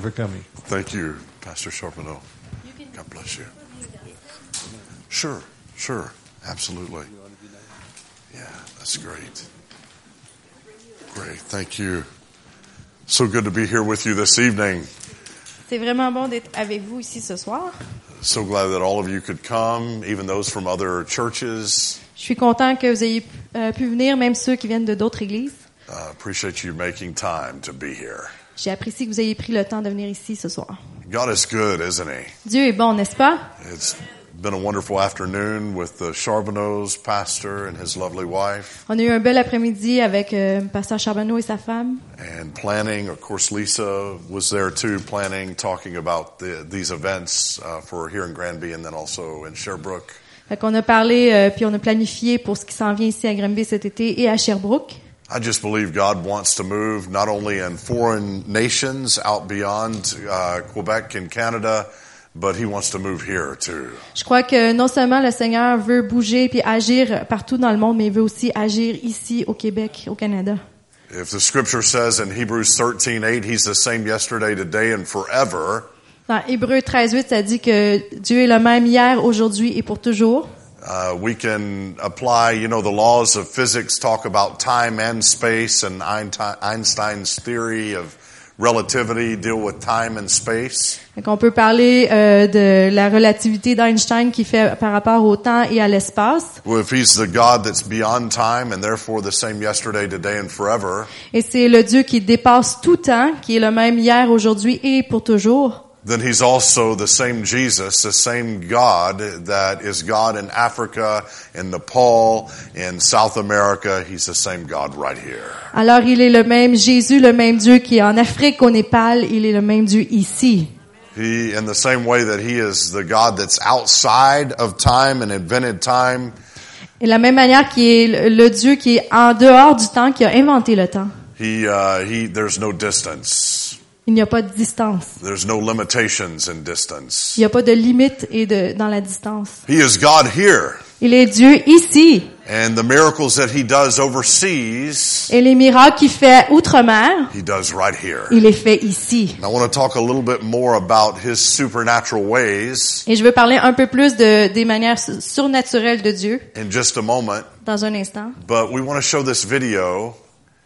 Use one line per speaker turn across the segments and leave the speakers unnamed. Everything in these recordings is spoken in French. for coming.
Thank you, Pastor Charbonneau. God bless you. Sure, sure, absolutely. Yeah, that's great. Great, thank you. So good to be here with you this evening.
C'est vraiment bon d'être avec vous ici ce soir.
So glad that all of you could come, even those from other churches.
Je suis content que vous ayez euh, pu venir, même ceux qui viennent de d'autres églises.
Uh, appreciate you making time to be here.
J'ai apprécié que vous ayez pris le temps de venir ici ce soir.
God is good, isn't He?
Dieu est bon, n'est-ce pas?
It's been a wonderful afternoon with the Charbonneau's pastor and his lovely wife,
On a eu un bel après-midi avec euh, Pasteur Charbonneau et sa femme.
and planning. Of course, Lisa was there too, planning, talking about the, these events uh, for here in Granby and then also in Sherbrooke.
Fait qu'on a parlé, euh, puis on a planifié pour ce qui s'en vient ici à Granby cet été et à Sherbrooke.
I just believe God wants to move not only in foreign nations out beyond uh, Quebec and Canada, but He wants to move here too.
Je crois que non seulement le Seigneur veut bouger puis agir partout dans le monde, mais il veut aussi agir ici au Québec, au Canada.
If the scripture says in Hebrews 13 8, He's the same yesterday, today, and forever,
Dans Hébreu 13.8, ça dit que Dieu est le même hier, aujourd'hui et pour toujours.
Uh, we can apply, you know, the laws of physics talk about time and space, and Einti- Einstein's theory of relativity deal with time and space.
On peut parler euh, de la relativité d'Einstein qui fait par rapport au temps et à l'espace.
Well, if he's the God that's beyond time and therefore the same yesterday, today, and forever,
Et c'est le Dieu qui dépasse tout temps, qui est le même hier, aujourd'hui et pour toujours.
then he's also the same Jesus, the same God that is God in Africa, in Nepal, in South America. He's the same God right here.
Alors il est le même Jésus, le même Dieu qui est en Afrique, au Népal, il est le même Dieu ici.
He, in the same way that He is the God that's outside of time and invented time,
Et de la même manière qui est le- le Dieu qui est en dehors du temps, qui a inventé le temps.
He, uh, he, there's no distance.
Il n'y a pas de distance.
There's no limitations in distance.
Il n'y a pas de limite et de, dans la distance.
He is God here.
Il est Dieu ici.
And the miracles that He does overseas,
Et les miracles qu'il fait outre-mer,
He does right here.
il les fait ici.
And I want to talk a little bit more about His supernatural ways
Et je veux parler un peu plus de, des manières su- surnaturelles de Dieu
in just a moment,
dans un instant.
but we want to show this video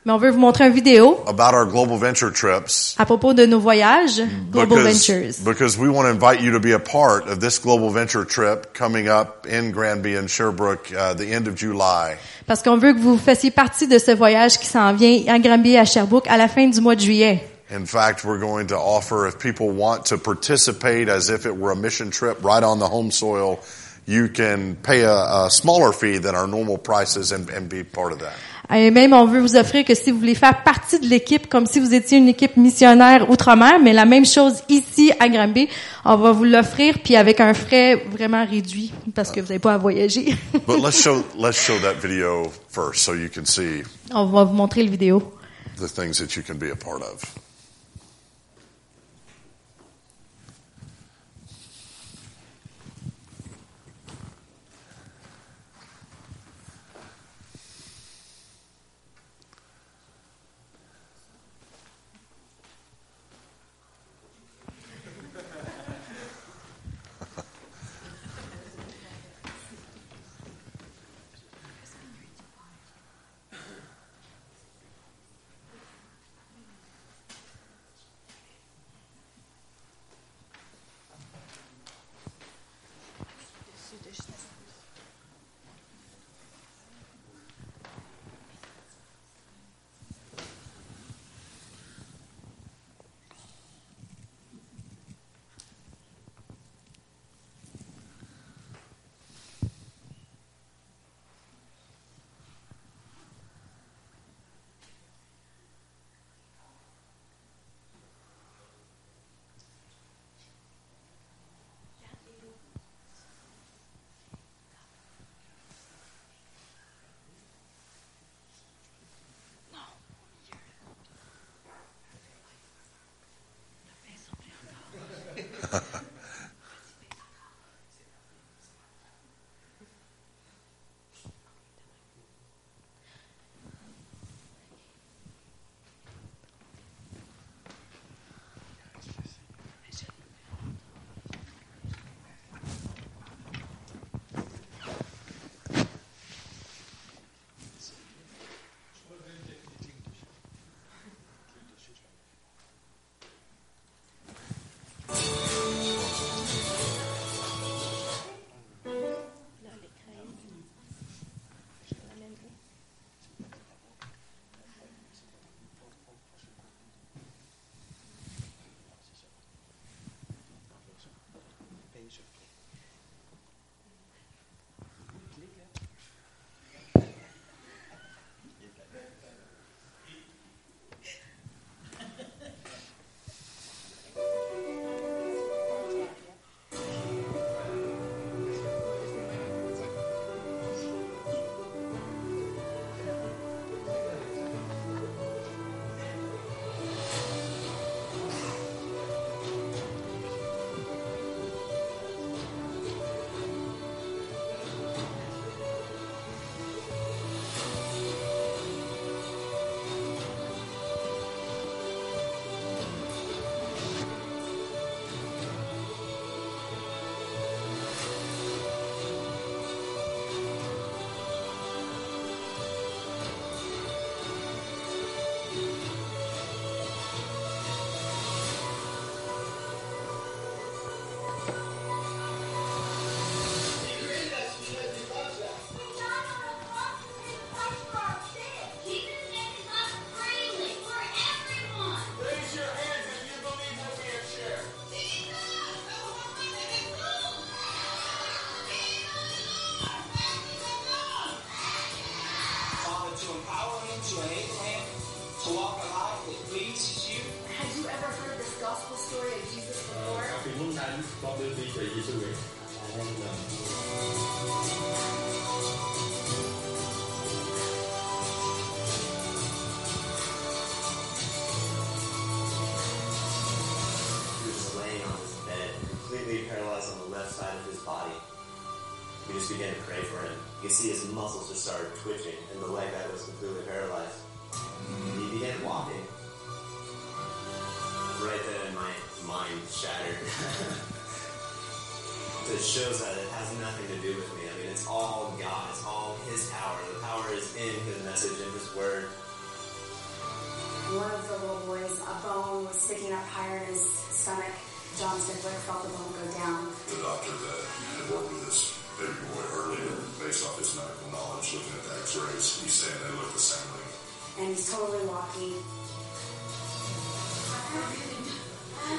Mais on veut vous montrer une vidéo
about our global venture trips.
à propos de nos voyages Global Ventures.
Because, because we want to invite you to be a part of this global venture trip coming up in Granby and Sherbrooke uh, the end of July.
Parce qu'on veut que vous fassiez partie de ce voyage qui s'en vient à Granby et à Sherbrooke à la fin du mois de juillet.
In fact, we're going to offer if people want to participate as if it were a mission trip right on the home soil, you can pay a, a smaller fee than our normal prices and, and be part of that.
Et même, on veut vous offrir que si vous voulez faire partie de l'équipe, comme si vous étiez une équipe missionnaire outre-mer, mais la même chose ici à Granby, on va vous l'offrir, puis avec un frais vraiment réduit, parce que vous n'avez pas à voyager.
But let's show let's show that video first so you can see
on va vous montrer le vidéo.
the things that you can be a part of.
He was just laying on his bed, completely paralyzed on the left side of his body. We just began to pray for him. You could see his muscles just started twitching, and the leg that was completely paralyzed. He began walking. Right then, my mind shattered. it shows that it has nothing to do with me. I mean, it's all God. It's all His power. The power is in His message, in His word.
One of the little boys, a bone was sticking up higher in his stomach. John Stifler felt the bone go down.
the doctor that had worked with this baby boy earlier, based off his medical knowledge, looking at the x-rays, he's saying they look the same way.
And he's totally walking.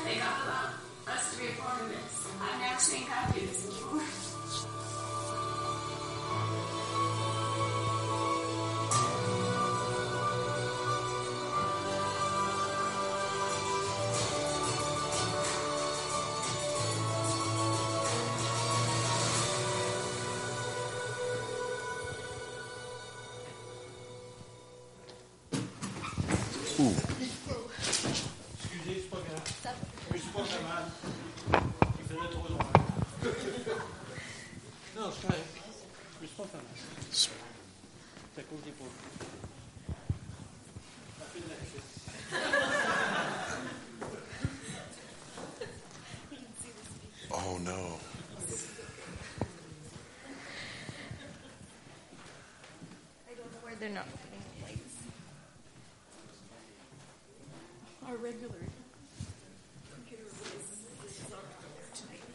They don't allow us to be a part of this. I've never seen God do this before.
Excusez, c'est pas grave. Je suis pas très mal. Il faisait trop loin. Non, c'est correct. Je suis pas très mal. C'est à cause des pauvres. Ça fait de la crise.
Oh no.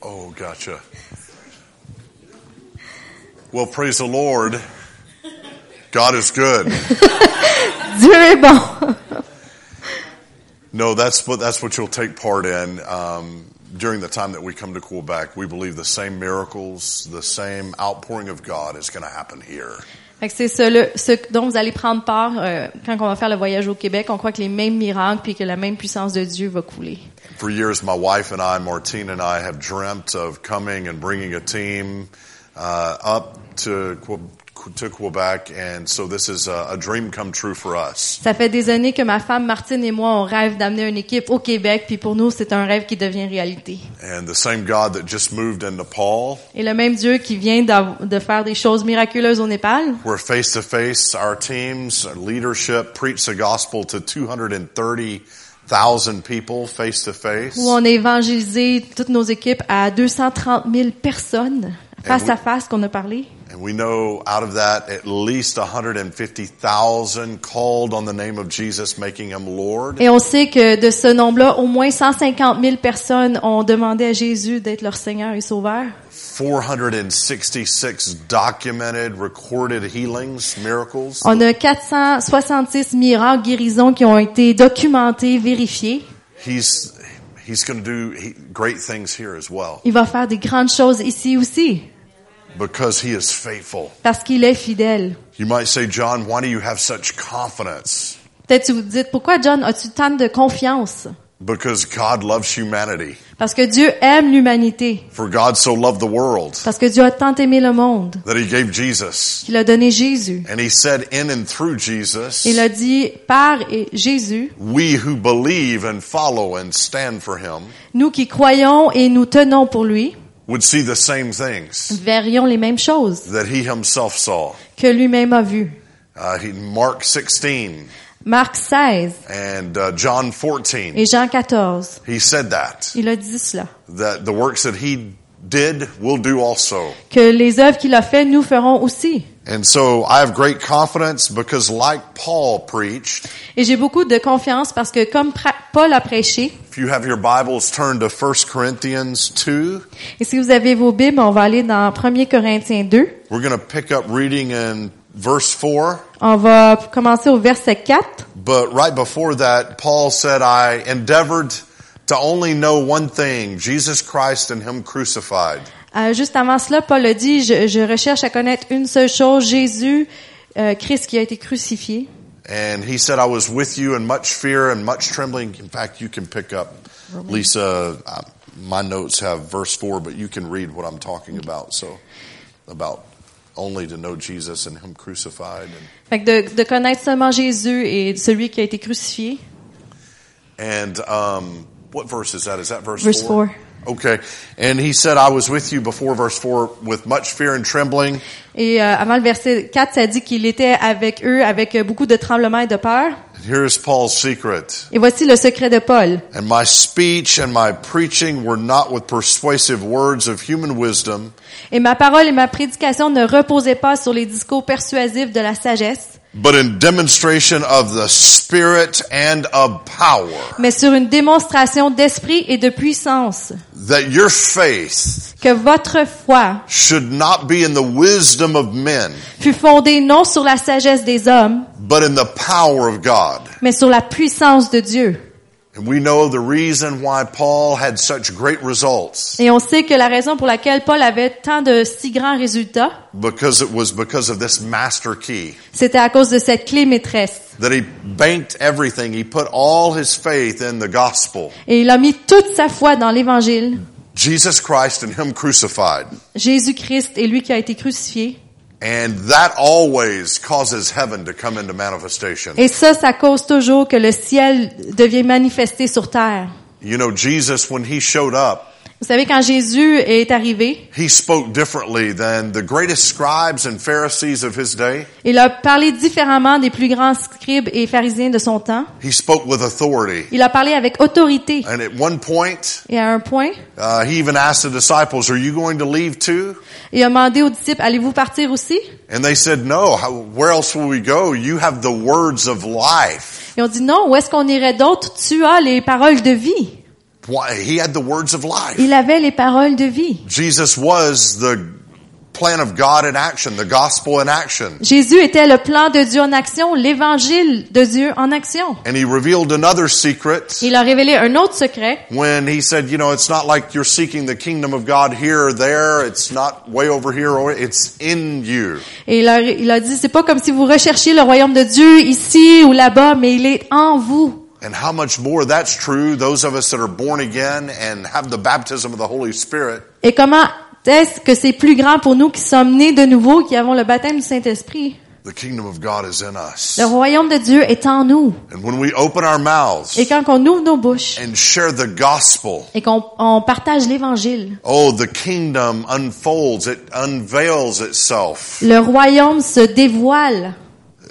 Oh, gotcha. Well, praise the Lord. God is good.
Dieu est bon.
No, that's what that's what you'll take part in um, during the time that we come to Quebec. We believe the same miracles, the same outpouring of God is going to happen here.
Fait que c'est ça, le- ce dont vous allez prendre part euh, quand on va faire le voyage au Québec. On croit que les mêmes miracles puis que la même puissance de Dieu va couler.
For years, my wife and I, Martine and I, have dreamt of coming and bringing a team uh, up to Que- to Quebec, and so this is a, a dream come true for us.
Ça fait des années que ma femme Martine et moi on rêve d'amener une équipe au Québec puis pour nous c'est un rêve qui devient réalité.
And the same God that just moved in Nepal,
Et le même Dieu qui vient d'av- de faire des choses miraculeuses au Népal,
where face to face our teams, our leadership preached the gospel to 230,000 people face to face.
où on a évangélisé toutes nos équipes à 230 000 personnes face
oui.
à face qu'on a parlé.
And we know out of that, at least 150,000 called on the name of Jesus, making him Lord.
Et on sait que de ce nombre-là, au moins 150 000 personnes ont demandé à Jésus d'être leur Seigneur et Sauveur.
466 documented, recorded healings, miracles.
On a 466 miracles, guérisons qui ont été documentés, vérifiés.
He's, he's going to do he- great things here as well
Il va faire des grandes choses ici aussi,
because he is faithful.
parce qu'il est fidèle.
You might say, John, why do you have such confidence?
Peut-être que vous vous dites, pourquoi John, as-tu tant de confiance?
Because God loves humanity.
Parce que Dieu aime l'humanité.
For God so loved the world
Parce que Dieu a tant aimé le monde
that he gave Jesus.
qu'il a donné Jésus.
And he said, in and through Jesus,
Il a dit par et Jésus,
we who believe and follow and stand for him
nous qui croyons et nous tenons pour lui,
would see the same things
verrions les mêmes choses
that he himself saw.
que lui-même a vues.
Uh, he, Mark 16
Marc 16
and uh, John 14,
et Jean 14,
he said that,
il a dit cela,
that the works that he did will do also.
que les œuvres qu'il a faites, nous ferons aussi.
And so I have great confidence because like Paul preached,
Et j'ai beaucoup de confiance parce que comme pra- Paul a prêché,
if you have your Bibles turned to 1 Corinthians 2,
et si vous avez vos Bibles, on va aller dans 1 Corinthiens 2.
we're going to pick up reading in verse 4.
On va commencer au verset 4.
But right before that, Paul said, I endeavored to only know one thing, Jesus Christ and Him crucified.
Euh, juste avant cela, Paul a dit, je, je recherche à connaître une seule chose, Jésus, euh, Christ qui a été crucifié.
And he said, I was with you in much fear and much trembling. In fact, you can pick up Lisa. uh, my notes have verse four, but you can read what I'm talking about. So about only to know Jesus and Him crucified, and,
Fait que de, de connaître seulement Jésus et celui qui a été crucifié.
and um, what verse is that? Is that verse
Verse
four?
four.
Okay, and He said, "I was with you before verse four with much fear and trembling."
Et euh, avant le verset 4, ça dit qu'il était avec eux avec euh, beaucoup de tremblements et de peur.
And here is Paul's secret.
Et voici le secret de Paul.
And my speech and my preaching were not with persuasive words of human wisdom,
Et ma parole et ma prédication ne reposaient pas sur les discours persuasifs de la sagesse,
but in demonstration of the Spirit and of power,
mais sur une démonstration d'esprit et de puissance.
that your faith
Que votre foi
should not be in the wisdom of men,
fut fondée non sur la sagesse des hommes,
but in the power of God.
mais sur la puissance de Dieu.
And we know the reason why Paul had such great results,
Et on sait que la raison pour laquelle Paul avait tant de si grands résultats,
because it was because of this master key,
c'était à cause de cette clé maîtresse.
that he banked everything. He put all his faith in the gospel,
Et il a mis toute sa foi dans l'Évangile,
Jesus Christ and Him crucified.
Jésus-Christ et lui qui a été crucifié.
And that always causes heaven to come into manifestation.
Et ça, ça cause toujours que le ciel devient manifesté sur terre.
You know, Jesus, when he showed up,
Vous savez, quand Jésus est arrivé,
he spoke differently than the greatest scribes and Pharisees of his day.
il a parlé différemment des plus grands scribes et pharisiens de son temps.
He spoke with authority.
Il a parlé avec autorité.
And at one point,
Et à un point,
uh, he even asked the disciples, Are you going to leave too?
il a demandé aux disciples, allez-vous partir aussi?
And they said, No, how, where else will we go? You have the words of life.
Ils ont dit, non, où est-ce qu'on irait d'autre? Tu as les paroles de vie.
Why? He had the words of life.
Il avait les paroles de vie.
Jesus was the plan of God in action, the gospel in action.
Jésus était le plan de Dieu en action, l'évangile de Dieu en action.
And he revealed another secret.
Il a révélé un autre secret
when he said, you know, it's not like you're seeking the kingdom of God here or there. It's not way over here or it's in you.
et il a, il a dit c'est pas comme si vous recherchiez le royaume de Dieu ici ou là-bas, mais il est en vous.
And how much more that's true, those of us that are born again and have the baptism of the Holy Spirit,
Et comment est-ce que c'est plus grand pour nous qui sommes nés de nouveau, qui avons le baptême du Saint-Esprit
the kingdom of God is in us.
Le royaume de Dieu est en nous.
And when we open our mouths
Et quand on ouvre nos bouches
and share the gospel,
et qu'on on partage l'évangile,
oh, the kingdom unfolds, it unveils itself
le royaume se dévoile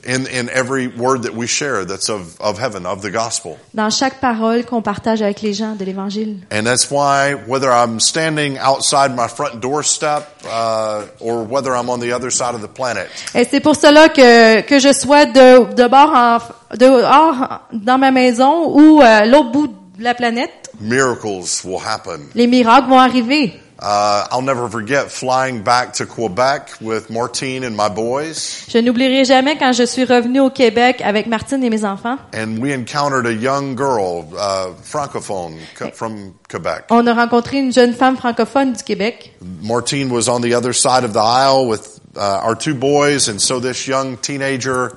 in, in every word that we share that's of, of heaven, of the gospel.
dans chaque parole qu'on partage avec les gens de l'évangile.
And that's why, whether I'm standing outside my front doorstep uh, or whether I'm on the other side of the planet,
Et c'est pour cela que, que je sois de, de bord en, dehors dans ma maison ou euh, l'autre bout de la planète,
miracles will happen.
les miracles vont arriver.
Uh, I'll never forget flying back to Quebec with Martine and my boys,
Je n'oublierai jamais quand je suis revenue au Québec avec Martine et mes enfants.
and we encountered a young girl, uh, francophone co- from Quebec.
On a rencontré une jeune femme francophone du Québec.
Martine was on the other side of the aisle with uh, our two boys, and so this young teenager,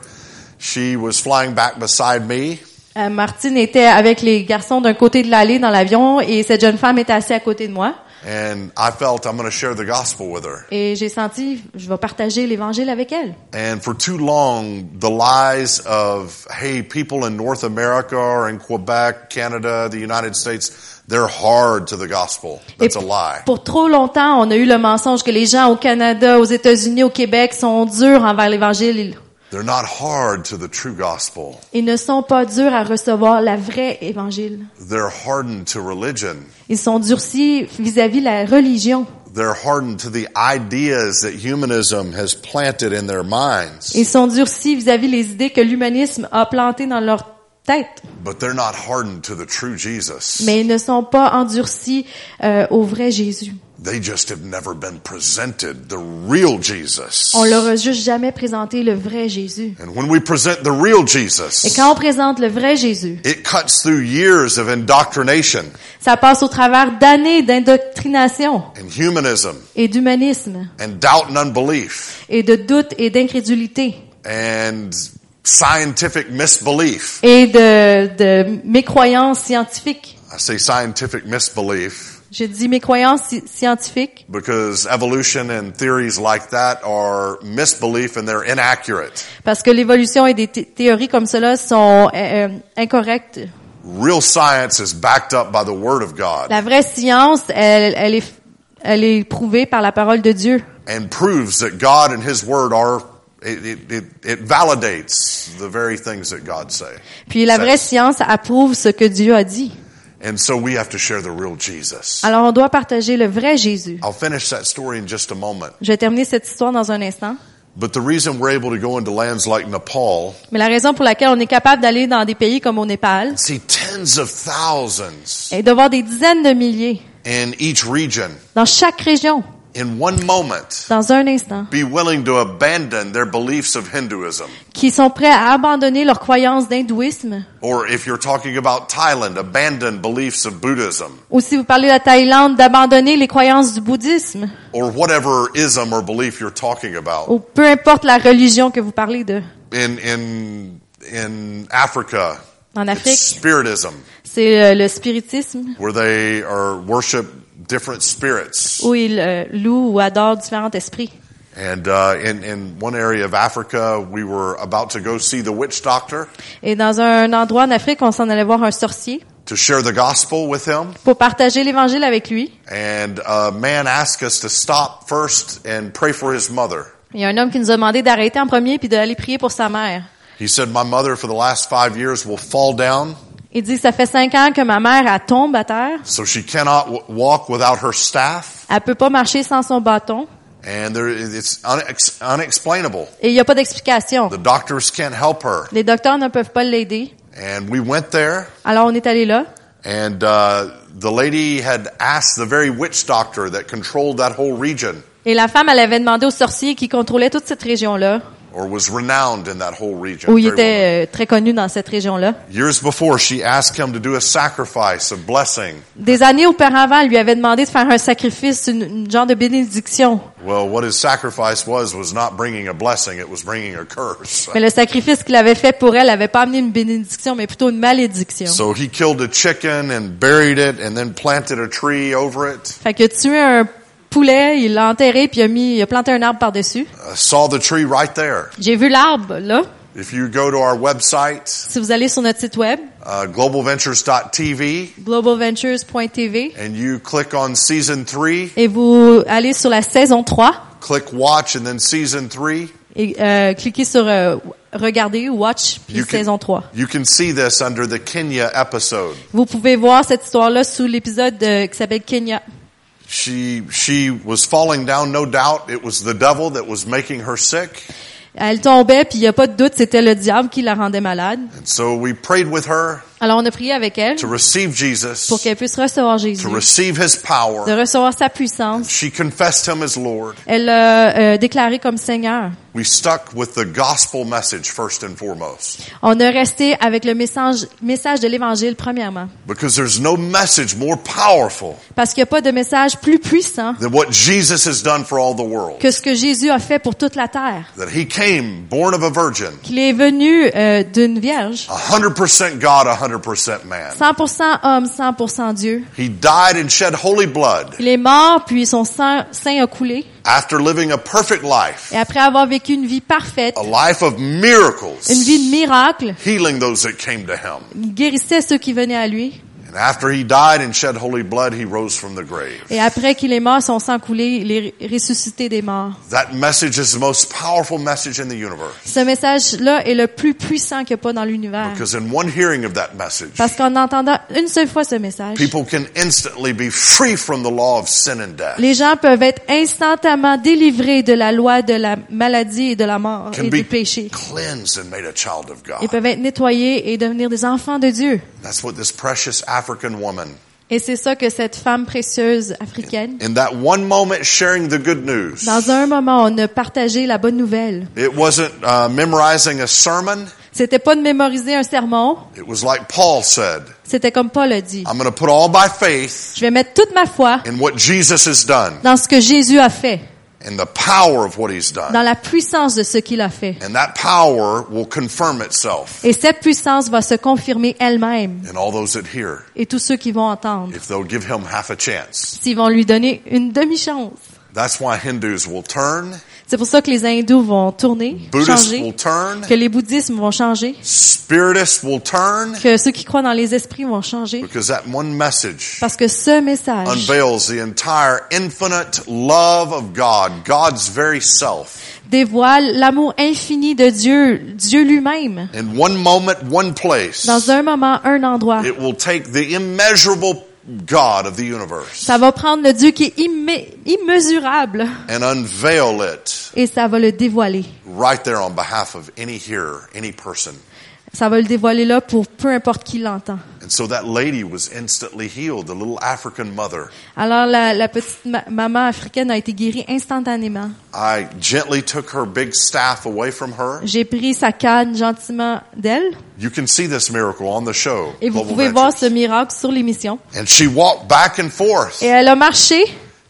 she was flying back beside me.
Euh, Martine était avec les garçons d'un côté de l'allée dans l'avion et cette jeune femme était assise à côté de moi.
And I felt I'm going to share the gospel with her.
Et j'ai senti, je vais partager l'évangile avec elle.
And for too long, the lies of, hey, people in North America or in Quebec, Canada, the United States, they're hard to the gospel. That's a
Et
lie.
Pour trop longtemps, on a eu le mensonge que les gens au Canada, aux États-Unis, au Québec sont durs envers l'Évangile. Ils-
They're not hard to the true gospel.
Ils ne sont pas durs à recevoir la vraie Évangile.
They're hardened to religion.
Ils sont durcis vis-à-vis la religion.
They're hardened to the ideas that humanism has planted in their minds.
Ils sont durcis vis-à-vis les idées que l'humanisme a plantées dans leur tête.
But they're not hardened to the true Jesus.
Mais ils ne sont pas endurcis euh, au vrai Jésus.
They just have never been presented the real Jesus.
On leur a juste jamais présenté le vrai Jésus.
And when we present the real
Et
Jesus,
quand on présente le vrai Jésus,
It cuts through years of indoctrination
ça passe au travers d'années d'indoctrination
and humanism
et d'humanism.
and doubt and unbelief
et de doute et d'incrédulité
and scientific misbelief.
et de, de mécroyances scientifiques.
I say scientific misbelief
Je dis mes croyances sci- scientifiques
because evolution and theories like that are misbelief and they're inaccurate.
parce que l'évolution et des thé- théories comme cela sont euh, euh, incorrectes.
Real science is backed up by the Word of God
La vraie science, elle, elle est, elle est prouvée par la parole de Dieu.
and proves that God and His Word are, it, it, it, it validates the very things that God say.
Puis la vraie
Yes.
science approuve ce que Dieu a dit.
And so we have to share the real Jesus.
Alors on doit partager le vrai Jésus.
I'll finish that story in just a moment.
Je vais terminer cette histoire dans un instant.
But the reason we're able to go into lands like Nepal,
Mais la raison pour laquelle on est capable d'aller dans des pays comme au Népal
see tens of thousands
et de voir des dizaines de milliers
in each region
dans chaque région,
in one moment
dans un instant,
be willing to abandon their beliefs of Hinduism.
qui sont prêts à abandonner leurs croyances d'hindouisme,
Or if you're talking about Thailand, abandon beliefs of Buddhism
ou si vous parlez de la Thaïlande, d'abandonner les croyances du bouddhisme,
or whatever ism or belief you're talking about.
ou peu importe la religion que vous parlez de.
In, in, in Africa,
En
it's
Afrique,
spiritism,
c'est euh, le spiritisme,
where they are worship different spirits.
où ils euh, louent ou adorent différents esprits.
And uh, in, in one area of Africa, we were about to go see the witch doctor
Et dans un endroit en Afrique, on s'en allait voir un sorcier
to share the gospel with him.
pour partager l'évangile avec lui.
And a man asked us to stop first and pray for his mother.
Il y a un homme qui nous a demandé d'arrêter en premier puis d'aller prier pour sa mère.
He said, My mother for the last five years will fall down,
Il dit, ça fait cinq ans que ma mère, elle tombe à terre.
so she cannot w- walk without her staff.
Elle peut pas marcher sans son bâton.
And there, it's unex- unexplainable.
Et il n'y a pas d'explication.
The doctors can't help her.
Les docteurs ne peuvent pas l'aider.
And we went there,
Alors on est allé là.
and uh, the lady had asked the very witch doctor that controlled that whole region.
Et la femme, elle avait demandé au sorcier qui contrôlait toute cette région-là,
or was renowned in that whole region.
où il
very well
était euh, très connu dans cette région-là.
known. Years before, she asked him to do a sacrifice of blessing.
Des années auparavant, elle lui avait demandé de faire un sacrifice, une, une genre de bénédiction.
Well, what his sacrifice was was not bringing a blessing; it was bringing a curse.
Mais le sacrifice qu'il avait fait pour elle n'avait pas amené une bénédiction, mais plutôt une malédiction.
So he killed a chicken and buried it, and then planted a tree over it.
Fait que tué un poulet, il l'a enterré puis il a mis, il a planté un arbre par-dessus.
I Uh, saw the tree right there.
J'ai vu l'arbre là.
If you go to our website,
Si vous allez sur notre site web
uh, globalventures.tv,
globalventures.tv
and you click on season three,
et vous allez sur la saison 3
click watch, and then season three.
et euh, cliquez sur euh, regarder watch puis
You
saison 3.
you can see this under the Kenya episode.
Vous pouvez voir cette histoire là sous l'épisode de- qui s'appelle Kenya.
She she was falling down, no doubt. It was the devil that was making her sick.
Elle tombait puis il y a pas de doute, c'était le diable qui la rendait malade.
And so we prayed with her
Alors on a prié avec elle
to receive Jesus,
pour qu'elle puisse recevoir Jésus,
to receive his
de
power.
recevoir sa puissance.
She confessed him as Lord.
Elle l'a euh, déclaré comme Seigneur.
We stuck with the gospel message first and foremost.
On a resté avec le message, message de l'Évangile, premièrement.
Because there's no message more powerful
Parce qu'il n'y a pas de message plus puissant
than what Jesus has done for all the world.
que ce que Jésus a fait pour toute la terre.
That he came born of a virgin,
Qu'il est venu euh, d'une vierge.
100% God, 100% man.
100% homme, 100% Dieu.
He died and shed holy blood
Il est mort, puis son sang, sang a coulé.
after living a perfect life.
Et après avoir vécu une vie parfaite,
a life of miracles,
une vie de miracle,
healing those that came to him.
il guérissait ceux qui venaient à lui.
And after he died and shed holy blood, he rose from the grave.
Et après qu'il est mort, son sang coulé, il est ressuscité des morts.
That message is the most powerful message in the universe
Ce message-là est le plus puissant qu'il n'y a pas dans l'univers.
because in one hearing of that message,
Parce qu'en entendant une seule fois ce message,
people can instantly be free from the law of sin and death,
Les gens peuvent être instantanément délivrés de la loi de la maladie et de la mort
can
et
be
du péché.
cleansed and made a child of
Ils
God.
peuvent être nettoyés et devenir des enfants de Dieu.
That's what this precious African woman,
Et c'est ça que cette femme précieuse africaine,
in that one moment sharing the good news,
dans un moment, on a partagé la bonne nouvelle.
it wasn't uh, memorizing a sermon.
C'était pas de mémoriser un sermon,
It was like Paul said,
c'était comme Paul a dit.
I'm going to put all my faith
Je vais mettre toute ma foi
in what Jesus has done.
dans ce que Jésus a fait.
in the power of what he's done.
dans la puissance de ce qu'il a fait.
And that power will confirm itself
Et cette puissance va se confirmer elle-même
in all those that hear
et tous ceux qui vont entendre,
if they'll give him half a chance.
s'ils vont lui donner une demi-chance.
That's why Hindus will turn,
C'est pour ça que les hindous vont tourner,
Buddhists
changer,
will turn,
que les bouddhismes vont changer,
Spiritists will turn,
que ceux qui croient dans les esprits vont changer,
because that one message
parce que ce message
unveils the entire infinite love of God, God's very self.
dévoile l'amour infini de Dieu, Dieu lui-même,
In one moment, one place,
dans un moment, un endroit.
it will take the immeasurable God of the universe
Ça va prendre le Dieu qui est immé- immesurable
and unveil it
et ça va le dévoiler.
right there on behalf of any hearer, any person.
Ça va le dévoiler là pour peu importe qui l'entend.
And so that lady was instantly healed, the little African mother.
Alors la, la petite ma- maman africaine a été guérie instantanément.
I gently took her big staff away from her.
J'ai pris sa canne gentiment d'elle
You can see this miracle on the show.
et vous
Global
pouvez voir ce
Ventures.
miracle sur l'émission.
And she walked back and forth,
Et elle a marché,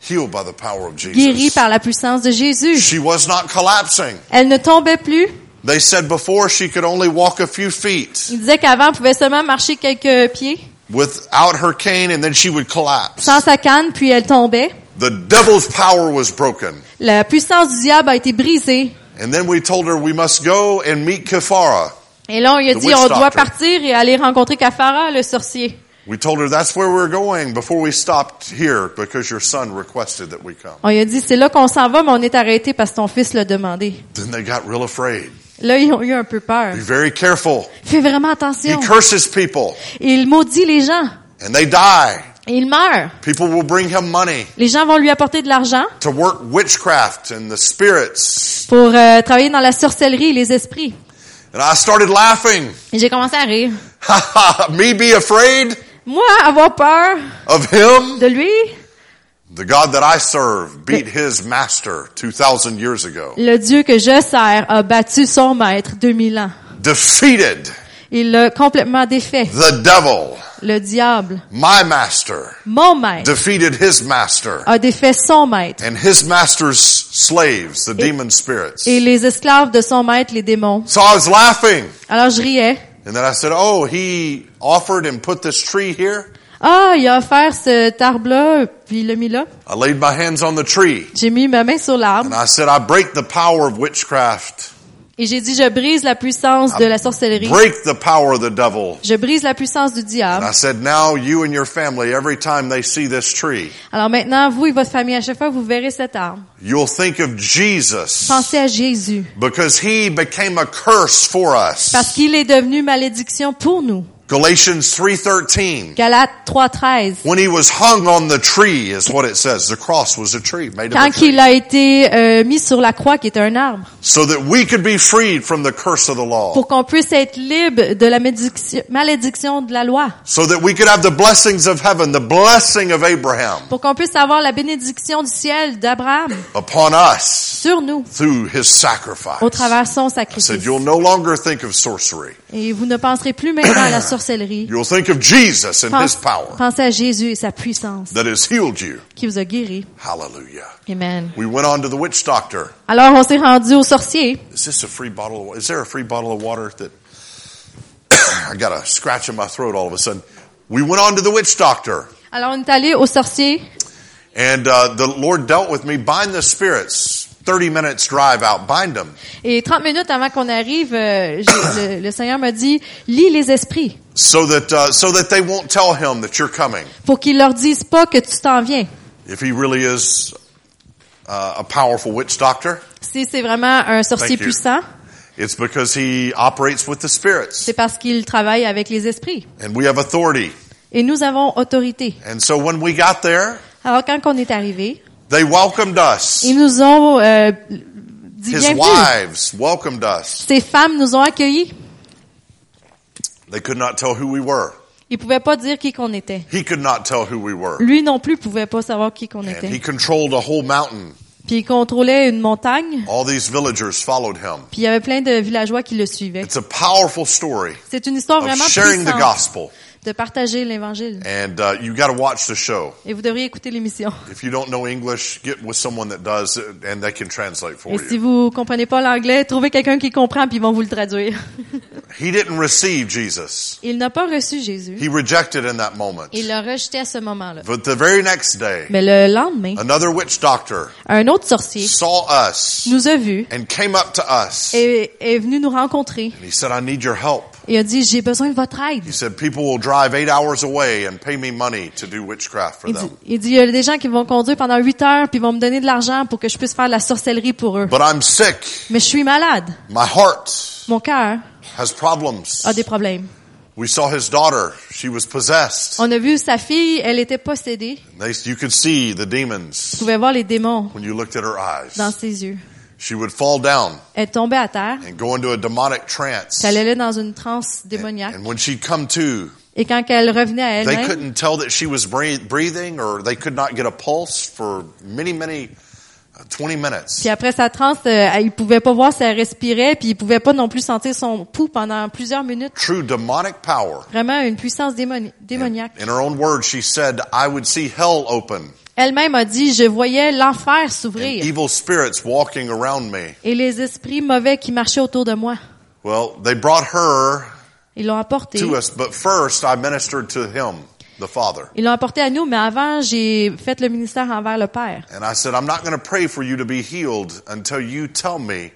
healed by the power of Jesus.
guérie par la puissance de Jésus.
She was not collapsing.
Elle ne tombait plus.
They said before she could only walk a few feet
Il disait qu'avant, elle pouvait seulement marcher quelques pieds
without her cane and then she would collapse.
sans sa canne, puis elle tombait.
The devil's power was broken.
La puissance du diable a été brisée.
And then we told her we must go and meet Kifara.
Et là, on lui a
The
dit,
witch
on doit
doctor.
partir et aller rencontrer Kafara, le sorcier.
We told her that's where we're going before we stopped here because your son requested that we come.
On lui a dit, c'est là qu'on s'en va, mais on est arrêté parce que ton fils l'a demandé.
Then they got real afraid.
Là, ils ont eu un peu peur.
Be very careful.
Fais vraiment
He
attention.
curses people
Et il maudit les gens.
and they die.
Et il meurt.
People will bring him money
Les gens vont lui apporter de l'argent
to work witchcraft and the spirits.
pour euh, travailler dans la sorcellerie et les esprits.
And I started laughing.
Et j'ai commencé à rire.
Me be afraid
Moi, avoir peur
of him?
de lui,
The God that I serve beat his master 2,000 years ago.
le Dieu que je sers a battu son maître 2000 ans.
Defeated
Il l'a complètement défait.
the devil.
Le diable,
My master
mon maître,
defeated his master
a défait son maître
and his master's slaves, the demon spirits.
et les esclaves de son maître, les démons.
So I was laughing.
Alors je riais.
And then I said, Oh, he offered and put this tree here.
Ah, il a offert cet arbre-là, puis il l'a mis là.
I laid my hands on the tree
J'ai mis ma main sur l'arbre.
and I said, I break the power of witchcraft,
Et j'ai dit, je brise la puissance de la sorcellerie.
break the power of the devil.
Je brise la puissance du
And I
diable.
said, now you and your family, every time they see this tree,
Alors maintenant, vous et votre famille, à chaque fois, vous verrez cet arbre.
you'll think of Jesus
Pensez à Jésus.
because he became a curse for
Parce
us.
qu'il est devenu malédiction pour nous.
Galatians 3.13.
Galates 3.13.
When he was hung on the tree is what it says. The cross was a tree made of a
Quand
tree.
il a été euh, mis sur la croix, qui est un arbre,
So that we could be freed from the curse of the law.
pour qu'on puisse être libre de la médiction- malédiction de la loi,
So that we could have the blessings of heaven, the blessing of Abraham
pour qu'on puisse avoir la bénédiction du ciel d'Abraham
upon us
sur nous,
through his sacrifice.
au travers de son
I said,
sacrifice.
you'll no longer think of sorcery.
Et vous ne penserez plus maintenant à la sorcellerie.
You'll think of Jesus and his
Pense-
power.
pensez à Jésus et sa puissance
that has healed you.
qui vous a guéri.
Hallelujah.
Amen.
We went on to the witch doctor.
Alors, on s'est rendu au sorcier.
Is this a free bottle of water? Is there a free bottle of water that I got a scratch in my throat all of a sudden? We went on to the witch doctor,
Alors, on est allé au sorcier.
and uh, the Lord dealt with me. Bind the spirits. 30 minutes drive out. Bind them.
Et 30 minutes avant qu'on arrive, euh, j'ai- le, le Seigneur m'a dit, lis les esprits
So that, uh, so that they won't tell him that you're coming.
pour qu'ils leur disent pas que tu t'en viens.
If he really is uh, a powerful witch doctor,
Si c'est vraiment un sorcier
Thank you.
puissant,
it's because he operates with the spirits.
c'est parce qu'il travaille avec les esprits.
And we have authority.
Et nous avons autorité.
And so when we got there,
Alors, quand on est arrivé,
They welcomed us.
ils nous ont euh, dit
His
bienvenue.
wives welcomed us.
Ces femmes nous ont accueillis.
They could not tell who we were.
Ils pouvaient pas dire qui qu'on était.
He could not tell who we were.
Lui non plus pouvait pas savoir qui qu'on
And he
était.
controlled a whole mountain.
Puis il contrôlait une montagne,
All these villagers followed him.
puis il y avait plein de villageois qui le suivaient.
It's a powerful story
C'est une histoire
of
vraiment
sharing the
puissante
gospel.
de partager l'Évangile.
And uh, you got to watch the show.
Et vous devriez écouter l'émission.
If you don't know English, get with someone that does, and they can translate for
Et si
you.
vous comprenez pas l'anglais, trouvez quelqu'un qui comprend puis ils vont vous le traduire.
He didn't receive Jesus.
Il n'a pas reçu Jésus.
He rejected in that moment.
Il l'a rejeté à ce moment-là.
But the very next day,
Mais le lendemain,
another witch doctor
un autre sorcier
saw us
nous a vus
and came up to us. And
et est venu nous rencontrer.
he said, "I need your help."
Il a dit, j'ai besoin de votre aide.
He said, "People will drive eight hours away and pay me money to do witchcraft for
Il dit,
them."
il dit, il y a des gens qui vont conduire pendant huit heures puis ils vont me donner de l'argent pour que je puisse faire de la sorcellerie pour eux.
But I'm sick.
Mais je suis malade.
My heart
Mon cœur
has problems.
a des problèmes.
We saw his daughter. She was possessed.
On a vu sa fille, elle était possédée.
They, you could see the demons
Vous pouvez voir les démons
when you looked at her eyes.
dans ses yeux.
She would fall down
Elle tombait à terre.
and go into a demonic trance.
Elle allait dans une transe démoniaque.
And when she'd come to,
Et quand elle revenait à
they
elle-même,
couldn't tell that she was breath- breathing or they could not get a pulse for many, many, uh, 20 minutes.
puis après sa transe, euh, il pouvait pas voir si elle respirait, puis il pouvait pas non plus sentir son pouls pendant plusieurs minutes.
True demonic power.
Vraiment une puissance démoni- démoniaque.
In her own words, she said, I would see hell open
Elle-même a dit, je voyais l'enfer
and
s'ouvrir
evil spirits walking around me.
et les esprits mauvais qui marchaient autour de moi.
Well, they brought her
Ils l'ont apporté.
to us, but first I ministered to him, the Father.
Ils l'ont apporté à nous, mais avant, j'ai fait le ministère envers le Père.
And I said, I'm not going to pray for you to be healed until you tell me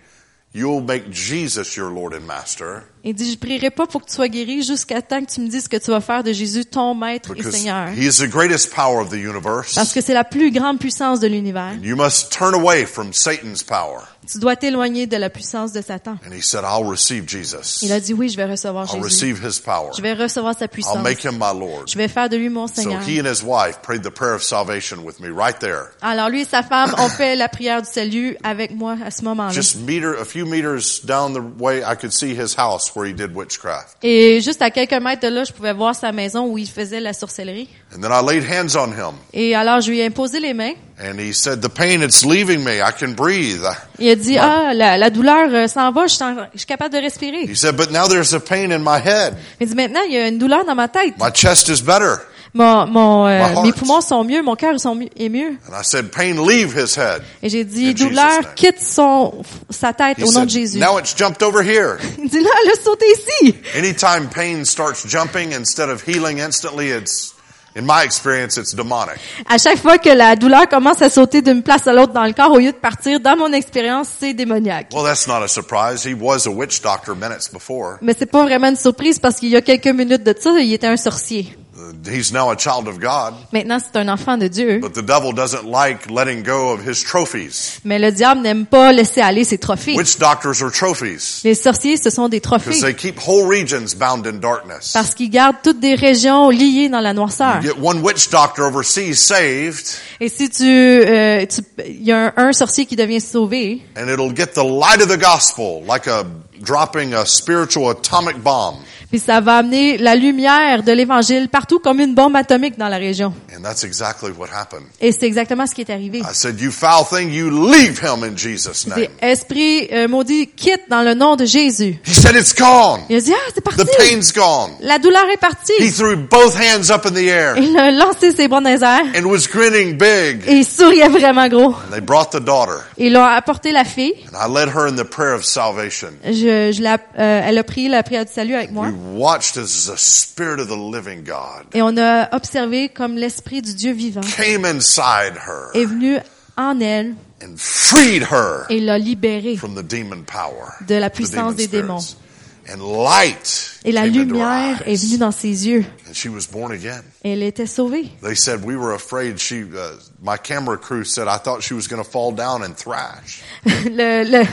you'll make Jesus your Lord and Master.
Il dit, je prierai pas pour que tu sois guéri jusqu'à temps que tu me dises ce que tu vas faire de Jésus, ton Maître et
Because
Seigneur.
he is the greatest power of the
Parce
universe.
que c'est la plus grande puissance de l'univers.
You must turn away from Satan's power.
Tu dois t'éloigner de la puissance de Satan.
And he said, I'll receive Jesus.
Il a dit, oui, je vais recevoir
I'll
Jésus.
receive his power.
Je vais recevoir sa
I'll
puissance.
make him my Lord.
Je vais faire de lui mon
So
Seigneur.
he and his wife prayed the prayer of salvation with me right there.
Alors lui et sa femme ont fait la prière du salut avec moi à ce moment-là.
Just meter, a few meters down the way, I could see his house where he did witchcraft.
Et juste à quelques mètres de là, je pouvais voir sa maison où il faisait la sorcellerie.
And then I laid hands on him.
Et alors, je lui ai imposé les mains.
And he said, the pain, it's leaving me. I can breathe.
Il a dit, ah, la, la douleur euh, s'en va, je, sens- je suis capable de respirer.
He said, but now there's a pain in my head.
Il dit, maintenant, il y a une douleur dans ma tête.
My chest is better.
Mon, mon, euh,
My heart.
mes poumons sont mieux, mon cœur sont mieux- est mieux.
And I said, pain, leave his head.
Et j'ai dit,
In Jesus' name.
douleur, quitte son, sa tête
He
au nom de
said,
Jésus.
now it's jumped over here.
Il dit, là, elle a sauté ici.
Anytime pain starts jumping instead of healing instantly, it's, in my experience, it's demonic.
À chaque fois que la douleur commence à sauter d'une place à l'autre dans le corps au lieu de partir, dans mon expérience, c'est démoniaque.
Well, that's not a surprise. He was a witch doctor minutes before.
Mais c'est pas vraiment une surprise parce qu'il y a quelques minutes de ça, il était un sorcier.
Uh, He's now a child of God,
Maintenant, c'est un enfant de Dieu.
but the devil doesn't like letting go of his trophies.
Mais le diable n'aime pas laisser aller ses trophées.
Witch doctors are trophies
Les sorciers, ce sont des
because
trophées
they keep whole regions bound in darkness.
parce qu'ils gardent toutes des régions liées dans la noirceur.
Get one witch doctor overseas saved,
Et si tu, euh, tu- il y a un, un sorcier qui devient sauvé,
and it'll get the light of the gospel like a dropping a spiritual atomic bomb.
puis ça va amener la lumière de l'évangile partout comme une bombe atomique dans la région.
And that's exactly what happened.
Et c'est exactement ce qui est arrivé.
I said, You foul thing, you leave him in Jesus'
C'est
name.
esprit euh, maudit, quitte dans le nom de Jésus.
He said, It's gone.
Il a dit, ah, c'est parti.
The pain's gone.
La douleur est
He
partie.
threw both hands up in the air
Il a lancé ses bras dans les airs
and was grinning big.
et il souriait vraiment gros.
And they brought the daughter,
Ils ont apporté la fille.
and I led her in the prayer of salvation.
Je, je l'ai app- euh, elle a prié la prière du salut avec moi.
We watched as the Spirit of the Living God
Et on a observé comme l'esprit du Dieu vivant
came inside her
est venu en elle
and freed her
et l'a libérée.
from the demon power,
De la
the
puissance des
demon
démons.
spirits. And light
Et la
came into her
lumière est
eyes,
venue dans ses yeux.
and she was born again.
Elle était sauvée.
They said we were afraid. She, uh, my camera crew said, I thought she was going to fall down and thrash.
Le- le-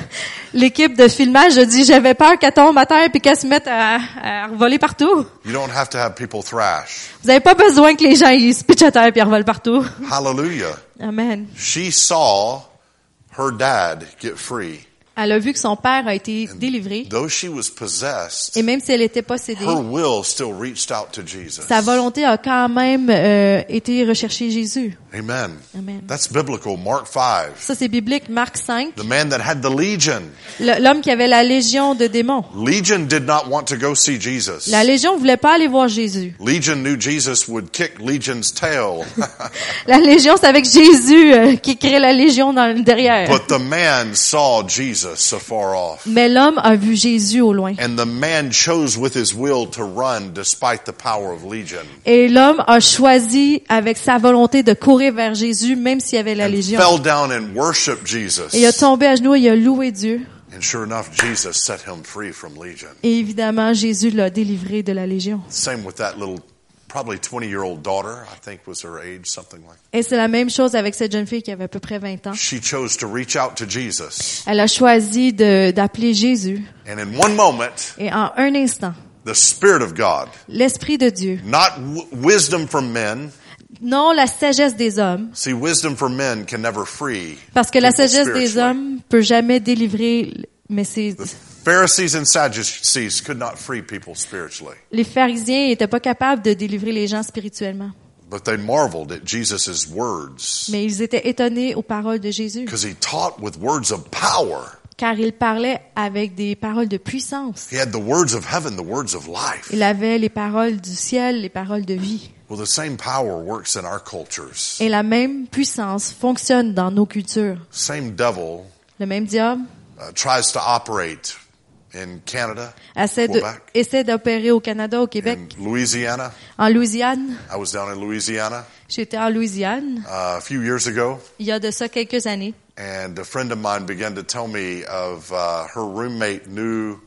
L'équipe de filmage a dit, j'avais peur qu'elle tombe à terre puis qu'elle se mette à, à voler partout.
You don't have to have people thrash.
Vous n'avez pas besoin que les gens ils se pitchent à terre puis ils revolent partout.
Hallelujah.
Amen.
She saw her dad get free.
Elle a vu que son père a été délivré.
Though she was possessed,
Et même si elle était possédée,
her will still reached out to Jesus.
sa volonté a quand même euh, été rechercher Jésus.
Amen.
Amen.
That's biblical. Mark 5.
Ça, c'est biblique, Marc 5.
The man that had the legion.
Le- L'homme qui avait la légion de démons.
Legion did not want to go see Jesus.
La légion voulait pas aller voir Jésus.
Legion knew Jesus would kick Legion's tail,
La légion, c'est avec Jésus euh, qui crée la légion dans le derrière.
but the man saw Jesus afar off.
Mais l'homme a vu Jésus au loin.
And the man chose with his will to run despite the power of Legion.
Et l'homme a choisi avec sa volonté de courir vers Jésus, même s'il y avait la
And
légion.
fell down and worshiped Jesus.
Et il a tombé à genoux, et il a loué Dieu.
And sure enough, Jesus set him free from Legion.
Et évidemment, Jésus l'a délivré de la légion.
Same with that little, probably 20 year old daughter, I think was her age, something like
Et c'est la même chose avec cette jeune fille qui avait à peu près 20 ans.
that. She chose to reach out to Jesus.
Elle a choisi de- d'appeler Jésus.
And in one moment,
Et en un instant,
the Spirit of God,
l'Esprit de Dieu,
not w- wisdom from men,
non la sagesse des hommes,
see, wisdom from men can never free.
parce que la
people
sagesse des
spiritually.
hommes peut jamais délivrer, mais c'est,
The Pharisees and Sadducees could not free people spiritually,
les pharisiens n'étaient pas capables de délivrer les gens spirituellement.
but they marveled at Jesus' words
Mais ils étaient étonnés aux paroles de Jésus,
because he taught with words of power.
car il parlait avec des paroles de puissance.
He had the words of heaven, the words of life.
Il avait les paroles du ciel, les paroles de vie.
Well, the same power works in our cultures.
Et la même puissance fonctionne dans nos cultures.
Same devil
Le même diable
uh, tries to operate in Canada,
essaie de-
Québec.
essaie d'opérer au Canada, au Québec,
in Louisiana.
en Louisiane.
I was down in Louisiana
J'étais en Louisiane
uh, a few years ago,
il y a de ça quelques années.
and a friend of mine began to tell me of uh, her roommate knew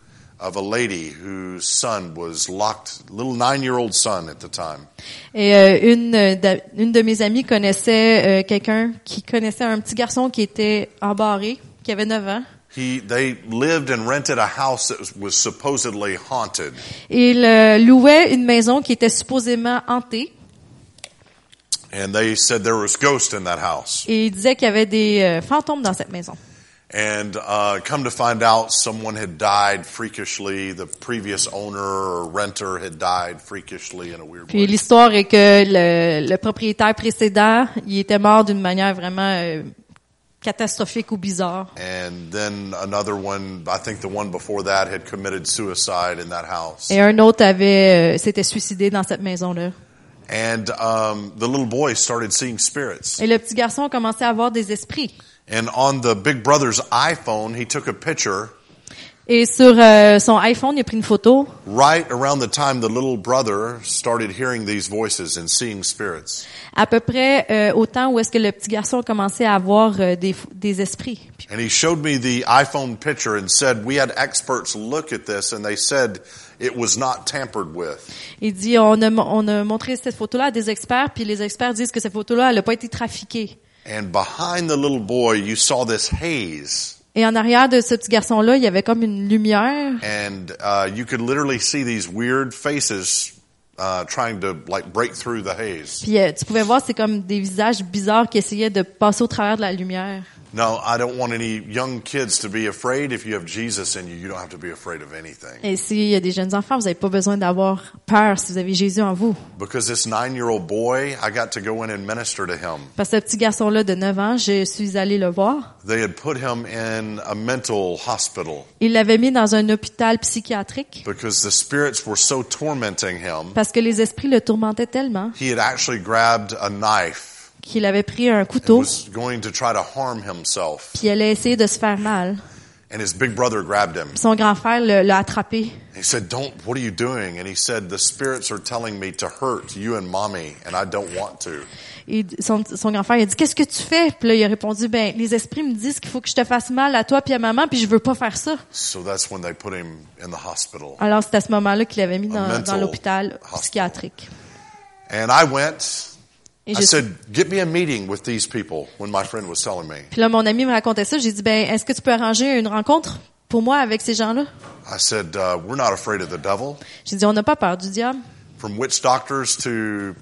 of a lady whose son was locked, little nine-year-old son at the time,
Et euh, une, euh, de, une de mes amies connaissait euh, quelqu'un qui connaissait un petit garçon qui était embarré, qui avait 9 ans.
He, they lived and rented a house that was, was supposedly haunted.
Il euh, louait une maison qui était supposément hantée
And they said there was ghosts in that house.
et il disait qu'il y avait des euh, fantômes dans cette maison.
And uh, come to find out, someone had died freakishly. The previous owner or renter had died freakishly in a weird
Puis
way.
l'histoire est que le, le propriétaire précédent, il était mort d'une manière vraiment euh, catastrophique ou bizarre.
And then another one, I think the one before that, had committed suicide in that house.
Et un autre avait euh, s'était suicidé dans cette maison-là.
And um, the little boy started seeing spirits.
Et le petit garçon commençait à avoir des esprits.
And on the big brother's iPhone, he took a picture
Et sur euh, son iPhone, il a pris une photo.
right around the time the little brother started hearing these voices and seeing spirits.
à peu près euh, au temps où est-ce que le petit garçon commençait à avoir euh, des, des esprits. Puis-
And he showed me the iPhone picture and said, We had experts look at this and they said it was not tampered with.
il dit, on a, mo- on a montré cette photo-là à des experts, puis les experts disent que cette photo-là, elle n'a pas été trafiquée.
And behind the little boy, you saw this haze
Et en arrière de ce petit garçon-là, il y avait comme une lumière.
and uh, you could literally see these weird faces uh, trying to like break through the haze.
Puis euh, tu pouvais voir, c'est comme des visages bizarres qui essayaient de passer au travers de la lumière.
No, I don't want any young kids to be afraid. If you have Jesus in you, you don't have to be afraid of anything.
Et s'il y a des jeunes enfants, vous n'avez pas besoin d'avoir peur si vous avez Jésus en vous.
Because this nine year old boy, I got to go in and minister to him.
Parce que ce petit garçon-là de 9 ans, je suis allée le voir.
They had put him in a mental hospital.
Il l'avait mis dans un hôpital psychiatrique
because the spirits were so tormenting him,
parce que les esprits le tourmentaient tellement.
he had actually grabbed a knife
qu'il avait pris un
and
couteau
was going to try to harm himself.
puis elle a essayé de se faire mal.
And his big brother grabbed him.
Puis son grand frère le- l'a attrapé.
He said, Don't, what are you doing? And he said, The spirits are telling me to hurt you and mommy, and I don't want to.
Et son, son grand frère il a dit qu'est-ce que tu fais Puis là il a répondu ben les esprits me disent qu'il faut que je te fasse mal à toi puis à maman puis je veux pas faire ça.
So that's when they put him in the hospital.
Alors c'est à ce moment-là qu'il l'avait mis
A
dans,
mental
dans l'hôpital
hospital.
psychiatrique.
And I went.
Et
I
je-
said, Get me a meeting with these people when my friend was telling me.
puis là mon ami me racontait ça, j'ai dit ben est-ce que tu peux arranger une rencontre pour moi avec ces gens-là
I said, uh, We're not afraid of the devil.
J'ai dit on n'a pas peur du diable,
From witch doctors to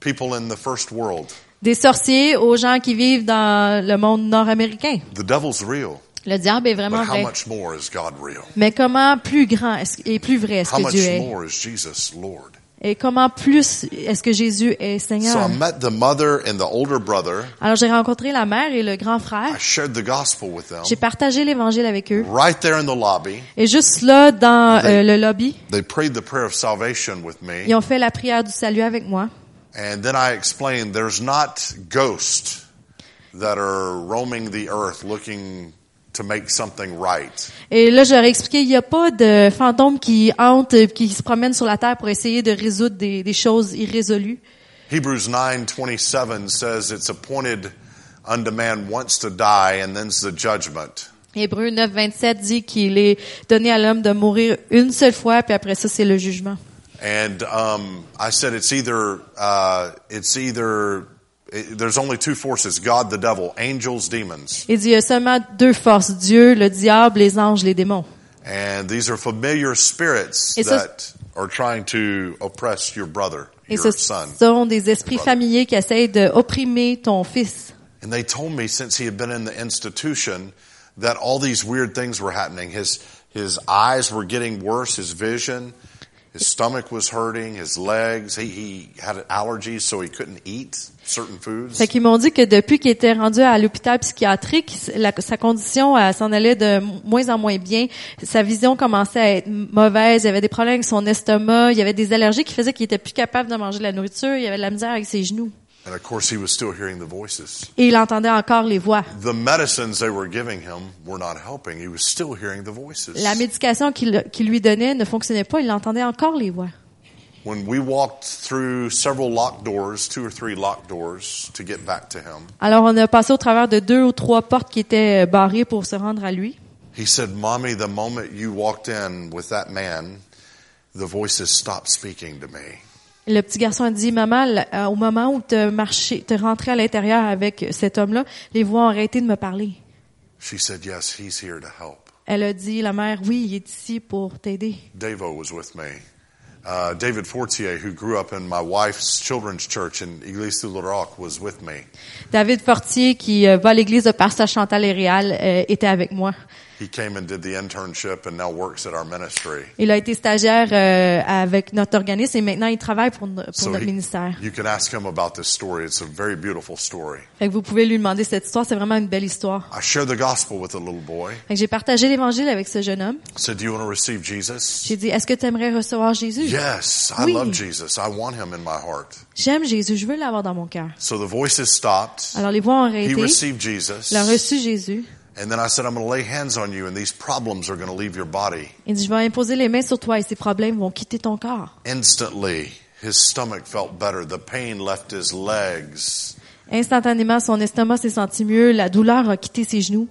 people in the first world,
des sorciers aux gens qui vivent dans le monde nord-américain.
the devil's real.
Le diable est vraiment
But how
vrai.
much more is God real?
Mais comment plus grand est-ce- et plus vrai est-ce
How
que
much
Dieu est?
more is Jesus Lord?
Et comment plus est-ce que Jésus est
So I
Seigneur?
met the mother and the older brother.
Alors j'ai rencontré la mère et le grand
I
frère.
shared the gospel with them.
J'ai partagé l'évangile avec eux.
Right there in the lobby,
Et juste là, dans euh, le lobby,
they prayed the prayer of salvation with me.
ils ont fait la prière du salut avec moi.
And then I explained there's not ghosts that are roaming the earth looking to make something right.
Et là, j'aurais expliqué, il n'y a pas de fantôme qui hante, euh, qui se promène sur la terre pour essayer de résoudre des, des choses irrésolues.
Hebrews 9:27 says it's appointed unto man once to die and then's the judgment.
Hébreu 9, 27 dit qu'il est donné à l'homme de mourir une seule fois, puis après ça, c'est le jugement.
And um, I said it's either uh, it's either it, there's only two forces, God the devil, angels, demons.
Il dit, il y a seulement deux forces, Dieu, le diable, les anges, les démons.
And these are familiar spirits
Et ça-
that are trying to oppress your brother,
Et
your
ce
son.
sont des esprits familiers qui essayent d'opprimer ton fils.
And they told me since he had been in the institution that all these weird things were happening. His his eyes were getting worse, his vision, his stomach was hurting, his legs. He he had allergies, so he couldn't eat certain foods.
Fait qu'ils m'ont dit que depuis qu'il était rendu à l'hôpital psychiatrique, la- sa condition elle s'en allait de moins en moins bien. Sa vision commençait à être mauvaise. Il y avait des problèmes avec son estomac. Il y avait des allergies qui faisaient qu'il était plus capable de manger de la nourriture. Il y avait de la misère avec ses genoux.
And of course, he was still hearing the voices.
Et il entendait encore les voix.
The medicines they were giving him were not helping. He was still hearing the voices.
La médication qu'il qu'il lui donnait ne fonctionnait pas. Il entendait encore les voix.
When we walked through several locked doors, two or three locked doors, to get back to him,
Alors on a passé au travers de deux ou trois portes qui étaient euh, barrées pour se rendre à lui.
he said, Mommy, the moment you walked in with that man, the voices stopped speaking to me.
Le petit garçon a dit, maman, l- euh, au moment où tu marché, t'es rentré à l'intérieur avec cet homme-là, les voix ont arrêté de me parler.
She said, Yes, he's here to help.
Elle a dit, la mère, oui, il est ici pour t'aider.
Davo was with me. Uh, David Fortier, who grew up in my wife's children's church in Église du Laroc, was with me.
David Fortier, qui euh, va à l'église de Pasteur Chantal et Réal, euh, était avec moi.
He came and did the internship and now works at our ministry.
Il a été stagiaire euh, avec notre organisme et maintenant il travaille pour, no- pour
So
notre
he-
ministère.
you can ask him about this story. It's a very beautiful story.
Fait que vous pouvez lui demander cette histoire, c'est vraiment une belle histoire.
I shared the gospel with a little boy.
Fait que j'ai partagé l'évangile avec ce jeune homme.
Said, "Do you want to receive Jesus?"
J'ai dit, est-ce que tu aimerais recevoir Jésus?
Yes, I
Oui.
love Jesus. I want him in my heart.
J'aime Jésus, je veux l'avoir dans mon cœur.
So the voices stopped.
Alors les voix ont
He
arrêté.
received Jesus.
Il a reçu Jésus.
And then I said, "I'm going to lay hands on you and these problems are going to leave your body."
Il dit, je vais imposer les mains sur toi et ces problèmes vont quitter ton corps.
Instantly, his stomach felt better. The pain left his legs.
Instantanément, son estomac s'est senti mieux, la douleur a quitté ses genoux.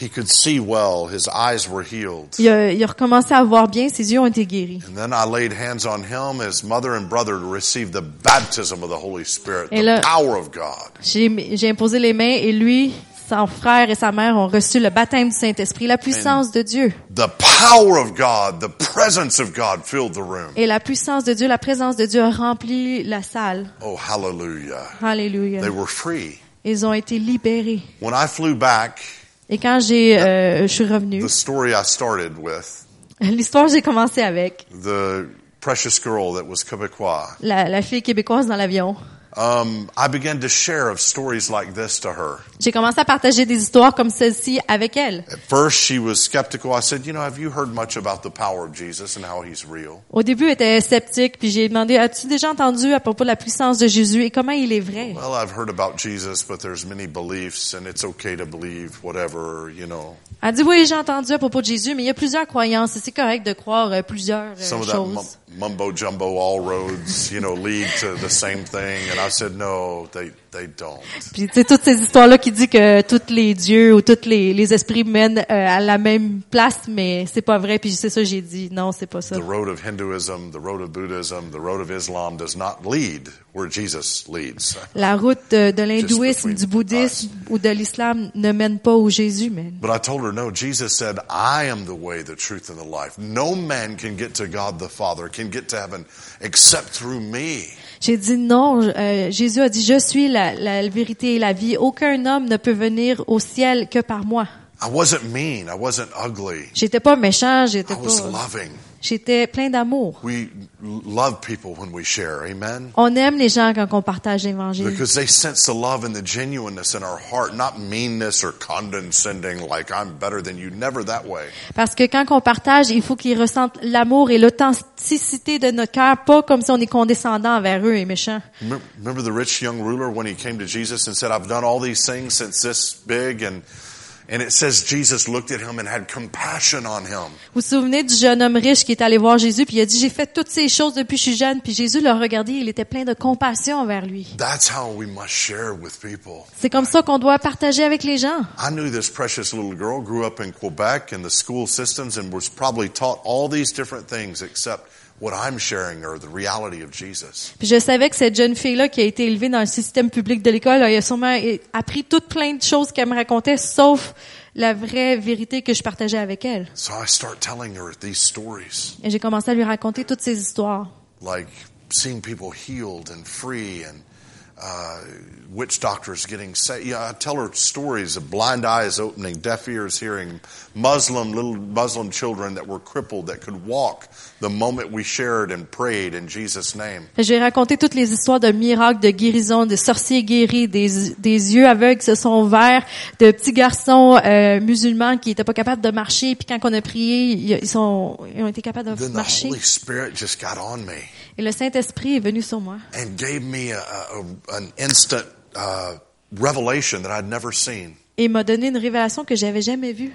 He could see well. His eyes were healed.
Il a, il a recommencé à voir bien, ses yeux ont été guéris.
And then I laid hands on him, his mother and brother, to receive the baptism of the Holy Spirit,
Et
the
là-
power of God.
J'ai j'ai imposé les mains et lui, son frère et sa mère ont reçu le baptême du Saint-Esprit, la puissance de Dieu.
The power of God, the presence of God filled the room.
Et la puissance de Dieu, la présence de Dieu a rempli la salle.
Oh, hallelujah.
Alléluia.
They were free.
Ils ont été libérés.
When I flew back,
Et quand j'ai, euh, je suis revenue,
the story I started with,
l'histoire j'ai commencé avec
the precious girl that was Quebecois,
la, la fille québécoise dans l'avion.
um, I began to share of stories like this to her.
J'ai commencé à partager des histoires comme celle-ci avec elle.
At first, she was skeptical. I said, You know, have you heard much about the power of Jesus and how he's real?
Au début, elle était sceptique, puis j'ai demandé, as-tu déjà entendu à propos de la puissance de Jésus et comment il est vrai?
Well, I've heard about Jesus, but there's many beliefs, and it's okay to believe whatever, you know.
Elle dit, oui, j'ai entendu à propos de Jésus, mais il y a plusieurs croyances et c'est correct de croire euh, plusieurs euh,
Some of that mum-
choses.
mumbo jumbo, all roads, you know, lead to the same thing. And I said, no, they, they don't.
Puis tu sais, toutes ces histoires-là qui dit que tous les dieux ou tous les, les esprits mènent euh, à la même place, mais c'est pas vrai. Puis c'est ça j'ai dit, non, c'est pas ça.
The road of Hinduism, the road of Buddhism, the road of Islam does not lead where Jesus leads.
La route de, de
Just
l'hindouisme,
between
du bouddhisme ou de l'islam ne mène pas où Jésus mène.
But I told her, no, Jesus said, I am the way, the truth, and the life. No man can get to God the Father, can get to heaven except through me.
J'ai dit non, euh, Jésus a dit, je suis la, la vérité et la vie. Aucun homme ne peut venir au ciel que par moi.
I wasn't mean. I wasn't ugly.
J'étais pas méchant,
I
j'étais
was
pas.
loving.
J'étais plein d'amour.
We love people when we share. Amen.
On aime les gens quand on partage l'évangile.
Because they sense the love and the genuineness in our heart, not meanness or condescending, like I'm better than you. Never that way.
Parce que quand on partage, il faut qu'ils ressentent l'amour et l'authenticité de notre cœur, pas comme si on est condescendant envers eux et méchant.
Remem- Remember the rich young ruler when he came to Jesus and said, I've done all these things since this big and and it says Jesus looked at him and had compassion on him.
Vous vous souvenez du jeune homme riche qui est allé voir Jésus puis il a dit j'ai fait toutes ces choses depuis que je suis jeune puis Jésus l'a regardé, il était plein de compassion envers lui.
That's how we must share with people.
C'est comme ça qu'on doit partager avec les gens.
I knew this precious little girl grew up in Quebec in the school systems and was probably taught all these different things except what I'm sharing her, the reality of Jesus.
Puis je savais que cette jeune fille là qui a été élevée dans le système public de l'école, elle a sûrement é- appris toutes plein de choses qu'elle me racontait sauf la vraie vérité que je partageais avec elle.
So I start telling her these stories,
Et j'ai commencé à lui raconter toutes ces histoires.
like seeing people healed and free and uh, witch doctors getting saved. Yeah, I tell her stories of blind eyes opening, deaf ears hearing, Muslim, little Muslim children that were crippled that could walk the moment we shared and prayed in Jesus' name.
J'ai raconté toutes les histoires de miracles, de guérisons, de sorciers guéris, des, des yeux aveugles qui se sont ouverts, de petits garçons euh, musulmans qui n'étaient pas capables de marcher, puis quand on a prié, ils ils sont, ils ont été capables de
Then the
marcher.
Holy Spirit just got on me
Et le Saint-Esprit est venu sur moi.
and gave me a, a, a- an instant uh, revelation that I'd never seen.
Et il m'a donné une révélation que j'avais jamais vue.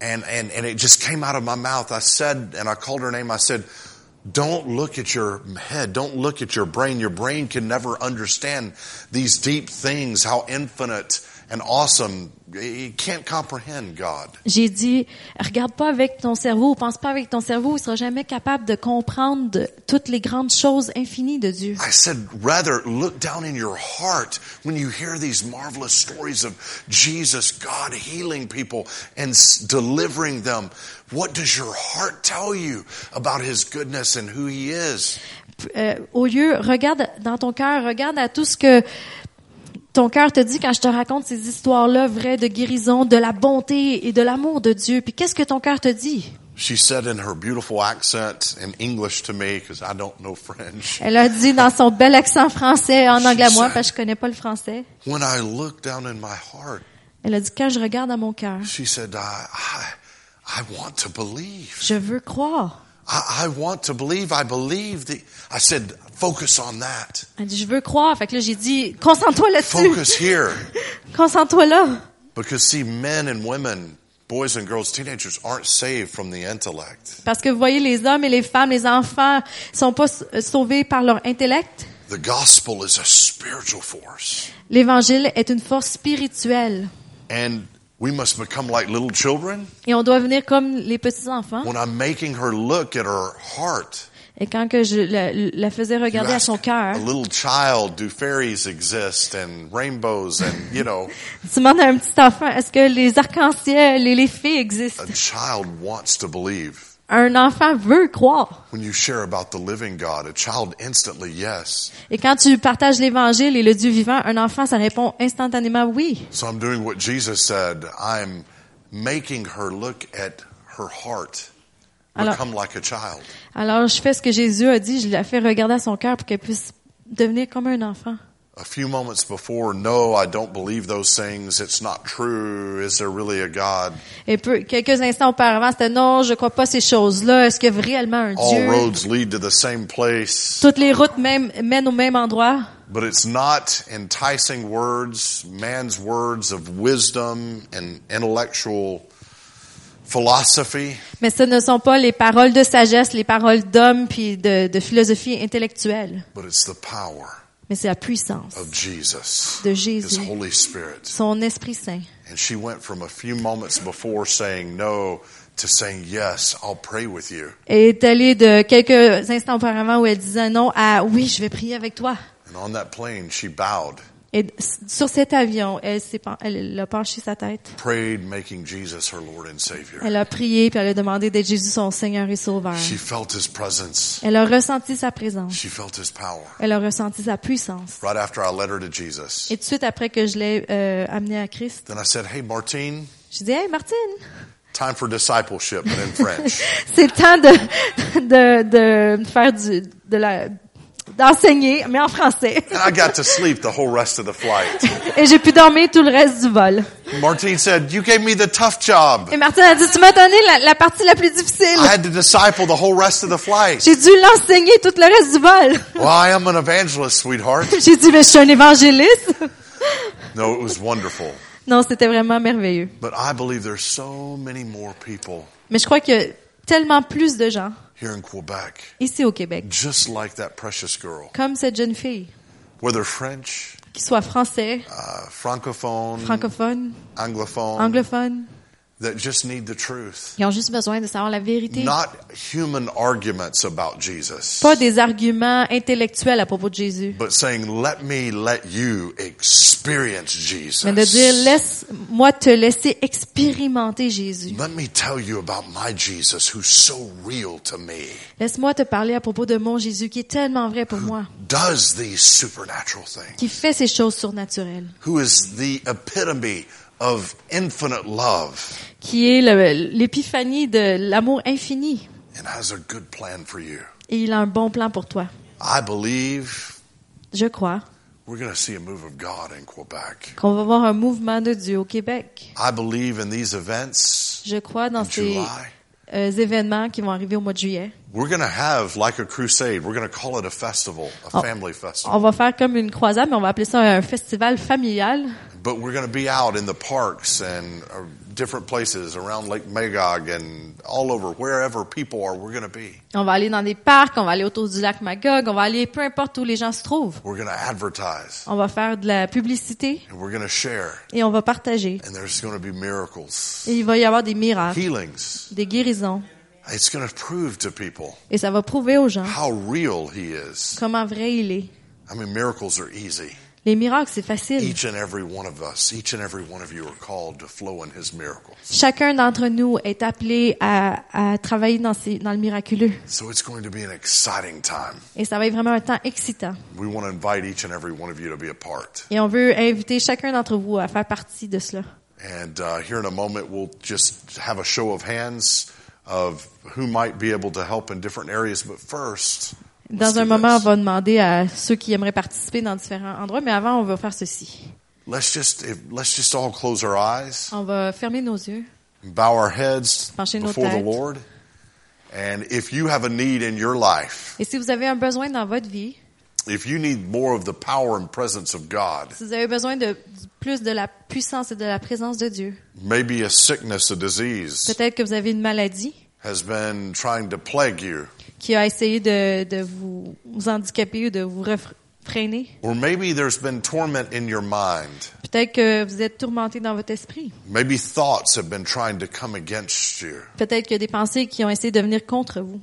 And, and, and it just came out of my mouth. I said, and I called her name, I said, don't look at your head. Don't look at your brain. Your brain can never understand these deep things, how infinite and awesome. It can't comprehend God.
J'ai dit, regarde pas avec ton cerveau, pense pas avec ton cerveau, il sera jamais capable de comprendre de- toutes les grandes choses infinies de Dieu.
I said, rather look down in your heart when you hear these marvelous stories of Jesus, God healing people and s- delivering them. What does your heart tell you about His goodness and who He is?
euh, au lieu, regarde dans ton cœur, regarde à tout ce que ton cœur te dit quand je te raconte ces histoires-là vraies de guérison, de la bonté et de l'amour de Dieu. Puis qu'est-ce que ton cœur te dit?
She said in her beautiful accent in English to me, because I don't know French.
Elle a dit dans son bel accent français, en anglais à moi, parce que je connais pas le français.
When I look down in my heart,
Elle a dit, quand je regarde à mon cœur,
she said, I, I, I want to believe.
je veux croire.
I, I want to believe. I believe that. I said, focus on that.
Elle dit, je veux croire. Fait que là, j'ai dit, concentre-toi là-dessus.
Focus here.
Concentre-toi là.
Because see, men and women, boys and girls, teenagers aren't saved from the intellect.
Parce que vous voyez, les hommes et les femmes, les enfants, sont pas euh, sauvés par leur intellect.
The gospel is a spiritual force.
L'évangile est une force spirituelle.
And we must become like little children.
Et on doit venir comme les petits-enfants.
When I'm making her look at her heart,
Et quand que je la, la faisais
you
regarder à
ask
son cœur,
a little child, do fairies exist and rainbows and, you know,
tu demandes à un petit enfant, est-ce que les arcs-en-ciel et les fées existent?
a child wants to believe.
Un enfant veut croire.
When you share about the living God, a child instantly, yes.
Et quand tu partages l'évangile et le Dieu vivant, un enfant, ça répond instantanément oui.
So I'm doing what Jesus said. I'm making her look at her heart,
Alors-
become like a child.
Alors, je fais ce que Jésus a dit, je la fais regarder à son cœur pour qu'elle puisse devenir comme un enfant.
A few moments before, no, I don't believe those things. It's not true. Is there really a God?
Et peu, quelques instants auparavant, c'était non, je crois pas ces choses-là. Est-ce que réellement un
All
Dieu?
roads lead to the same place.
Toutes les routes même, mènent au même endroit.
But it's not enticing words, man's words of wisdom and intellectual philosophy.
Mais ce ne sont pas les paroles de sagesse, les paroles d'hommes puis de, de philosophie intellectuelle,
But it's the power
mais c'est la puissance,
of Jesus,
De
His
Jésus.
Holy Spirit.
son Esprit Saint.
And she went from a few moments before saying no to saying yes, I'll pray with you.
Et est allée de quelques instants auparavant où elle disait non à oui, je vais prier avec toi.
And on that plane, she bowed,
Et s- sur cet avion, elle, s'est pen- elle a penché sa tête.
prayed, making Jesus her Lord and Savior.
Elle a prié puis elle a demandé d'être Jésus son Seigneur et Sauveur.
She felt His presence,
Elle a ressenti sa présence.
she felt His power.
Elle a ressenti sa puissance.
Right after I led her to Jesus,
Et tout de suite après que je l'ai euh, amenée à Christ,
then I said, Hey, Martine,
Je dis, hey, Martine,
Time for discipleship, but in French.
c'est le temps de, de, de faire du, de la, d'enseigner, mais en français.
and I got to sleep the whole rest of the flight.
Et j'ai pu dormir tout le reste du vol.
Martine said, You gave me the tough job.
Et Martine a dit, tu m'as donné la, la partie la plus difficile.
I had to disciple the whole rest of the flight.
J'ai dû l'enseigner tout le reste du vol.
Well, I am an evangelist, sweetheart.
J'ai dit, mais je suis un évangéliste.
No, it was wonderful.
Non, c'était vraiment merveilleux.
But I believe there's so many more people
Mais je crois qu'il y a tellement plus de gens
here in Quebec,
ici au Québec,
just like that precious girl,
comme cette jeune fille,
whether French,
qui soit français,
uh, francophone,
francophone,
anglophone,
anglophone,
that just need the truth.
Ils ont juste besoin de savoir la vérité.
Not human arguments about Jesus,
pas des arguments intellectuels à propos de Jésus,
but saying, let me let you experience Jesus.
mais de dire, laisse-moi te laisser expérimenter Jésus.
Let me tell you about my Jesus who's so real to me,
Laisse-moi te parler à propos de mon Jésus qui est tellement vrai pour moi,
does these supernatural things,
qui fait ces choses surnaturelles,
who is the epitome of infinite love
qui est le- l'épiphanie de l'amour infini.
and has a good plan for you.
Et il a un bon plan pour toi.
I believe
Je crois
we're going to see a move of God in Quebec.
qu'on va voir un mouvement de Dieu au Québec.
I believe in these events
Je crois dans
in
ces
July.
euh, événements qui vont arriver au mois de juillet.
We're going to have like a crusade. We're going to call it a festival, a
Oh.
family
On
festival.
va faire comme une croisade, mais on va appeler ça un festival familial.
But we're going to be out in the parks and uh, different places around Lake Magog and all over wherever people are. We're going to be.
On va aller dans des parcs, on va aller autour du lac Magog, on va aller peu importe où les gens se trouvent.
We're going to advertise
On va faire de la publicité
and we're going to share.
et on va partager.
And there's going to be miracles,
Et il va y avoir des miracles,
healings.
des guérisons.
It's going to prove to people
Et ça va prouver aux gens
how real He is.
comment vrai il est.
I mean, miracles are easy.
Les miracles, c'est facile.
Each and every one of us, each and every one of you are called to flow in His miracles.
Chacun d'entre nous est appelé à, à travailler dans, ces- dans le miraculeux.
So it's going to be an exciting time.
Et ça va être vraiment un temps excitant.
We want to invite each and every one of you to be a part.
Et on veut inviter chacun d'entre vous à faire partie de cela.
And uh, here in a moment, we'll just have a show of hands of who might be able to help in different areas. But first, let's
Dans un
do
moment, on
this.
va demander à ceux qui aimeraient participer dans différents endroits, mais avant, on va faire ceci.
let's just if, let's just all close our eyes,
On va fermer nos yeux.
bow our heads
Penchez nos
before the
têtes.
Lord. And if you have a need in your life,
Et si vous avez un besoin dans votre vie,
if you need more of the power and presence of God,
si vous avez besoin de plus de la puissance et de la présence de Dieu,
maybe a sickness, a disease
peut-être que vous avez une maladie
has been trying to plague you,
qui a essayé de, de vous, vous handicaper ou de vous refre- freiner,
or maybe there's been torment in your mind.
peut-être que vous êtes tourmenté dans votre esprit,
Maybe thoughts have been trying to come against you.
peut-être qu'il y a des pensées qui ont essayé de venir contre vous.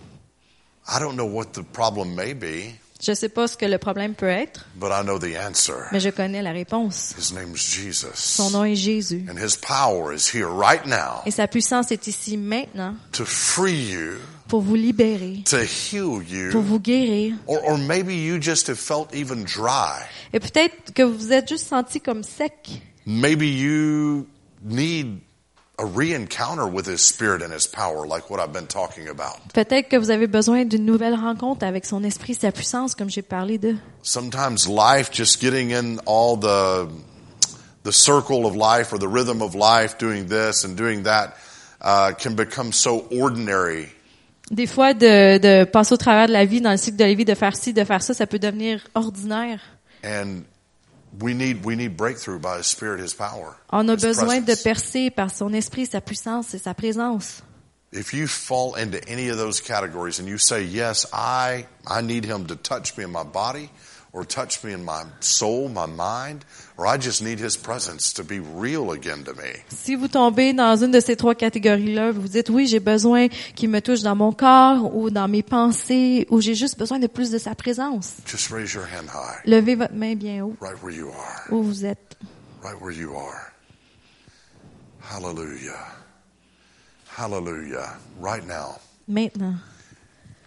I don't know what the problem may be,
Je ne sais pas ce que le problème peut être,
but I know the answer.
mais je connais la réponse.
His name's Jesus.
Son nom est Jésus.
And his power is here right now
Et sa puissance est ici maintenant
to free you,
pour vous libérer,
to heal
pour
you.
vous guérir.
Or, or maybe you just have felt even dry.
Et peut-être que vous vous êtes juste senti comme sec.
Maybe you need a re-encounter with his spirit and his power, like what I've been talking about.
Peut-être que vous avez besoin d'une nouvelle rencontre avec son esprit, sa puissance, comme j'ai parlé de.
sometimes life just getting in all the the circle of life or the rhythm of life doing this and doing that uh, can become so ordinary
Des fois, de, de passer au travers de la vie, dans le cycle de la vie, de faire ci, de faire ça, ça peut devenir ordinaire.
and we need we need breakthrough by his spirit his power
On a
his
besoin de
presence.
percer par son esprit, sa puissance et sa présence.
if you fall into any of those categories and you say yes i i need him to touch me in my body or touch me in my soul my mind or i just need his presence to be real again to me
Si vous tombez dans une de ces trois catégories-là, vous vous dites oui, j'ai besoin qu'il me touche dans mon corps ou dans mes pensées ou j'ai juste besoin de plus de sa présence.
just raise your hand high
Levez votre main bien haut
right where you are
où vous êtes.
right where you are. Hallelujah. Hallelujah. Right now,
Maintenant,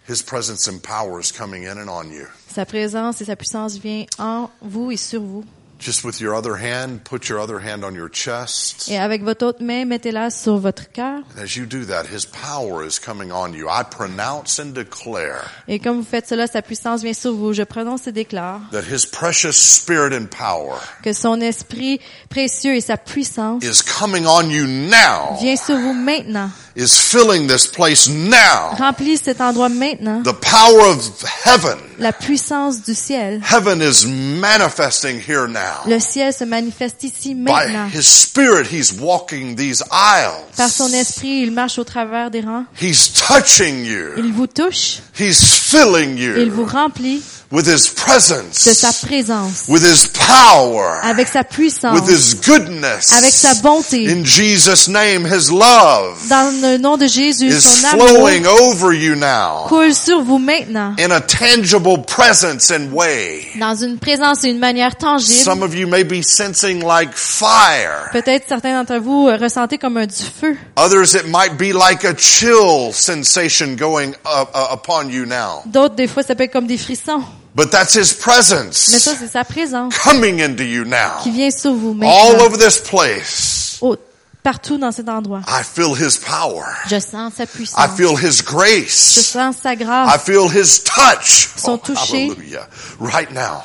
His presence and power is coming in and on you.
sa présence et sa puissance vient en vous et sur vous.
Just with your other hand, put your other hand on your chest.
Et avec votre autre main, mettez-la sur votre cœur.
And as you do that, His power is coming on you. I pronounce and declare
Et comme vous faites cela, sa puissance vient sur vous. Je prononce et déclare
that His precious spirit and power
que son esprit précieux et sa puissance
is coming on you now,
vient sur vous maintenant.
is filling this place now.
Remplis cet endroit maintenant.
The power of heaven,
La puissance du ciel.
heaven is manifesting here now.
Le ciel se manifeste ici
By
maintenant.
His Spirit, He's walking these
Par son
aisles.
esprit, il marche au travers des rangs.
He's touching you.
Il vous touche.
He's filling
Il vous
you
remplit
with His
de sa Ah,
presence,
présence.
with His power,
Avec sa puissance.
with His goodness.
Avec sa bonté.
In Jesus' name, His love
Dans le nom de Jésus,
is
son amour
flowing over you now
coule sur vous maintenant.
in a tangible presence and way.
Dans une présence et une manière
Some
tangible.
of you may be sensing like fire.
Peut-être certains d'entre vous euh, ressentez comme un du feu.
Others, it might be like a chill sensation going up, uh, upon you now.
D'autres, des fois, ça peut être comme des frissons.
But that's His
Mais ça,
presence
c'est sa présence
coming into you now.
qui vient sur vous
All
maintenant.
over this place,
Au- partout dans cet endroit.
I feel His power.
Je sens sa
I
puissance.
feel His
Je
grace.
sens sa
I
grâce.
feel His touch. Oh,
Sont touchés.
hallelujah. Right now.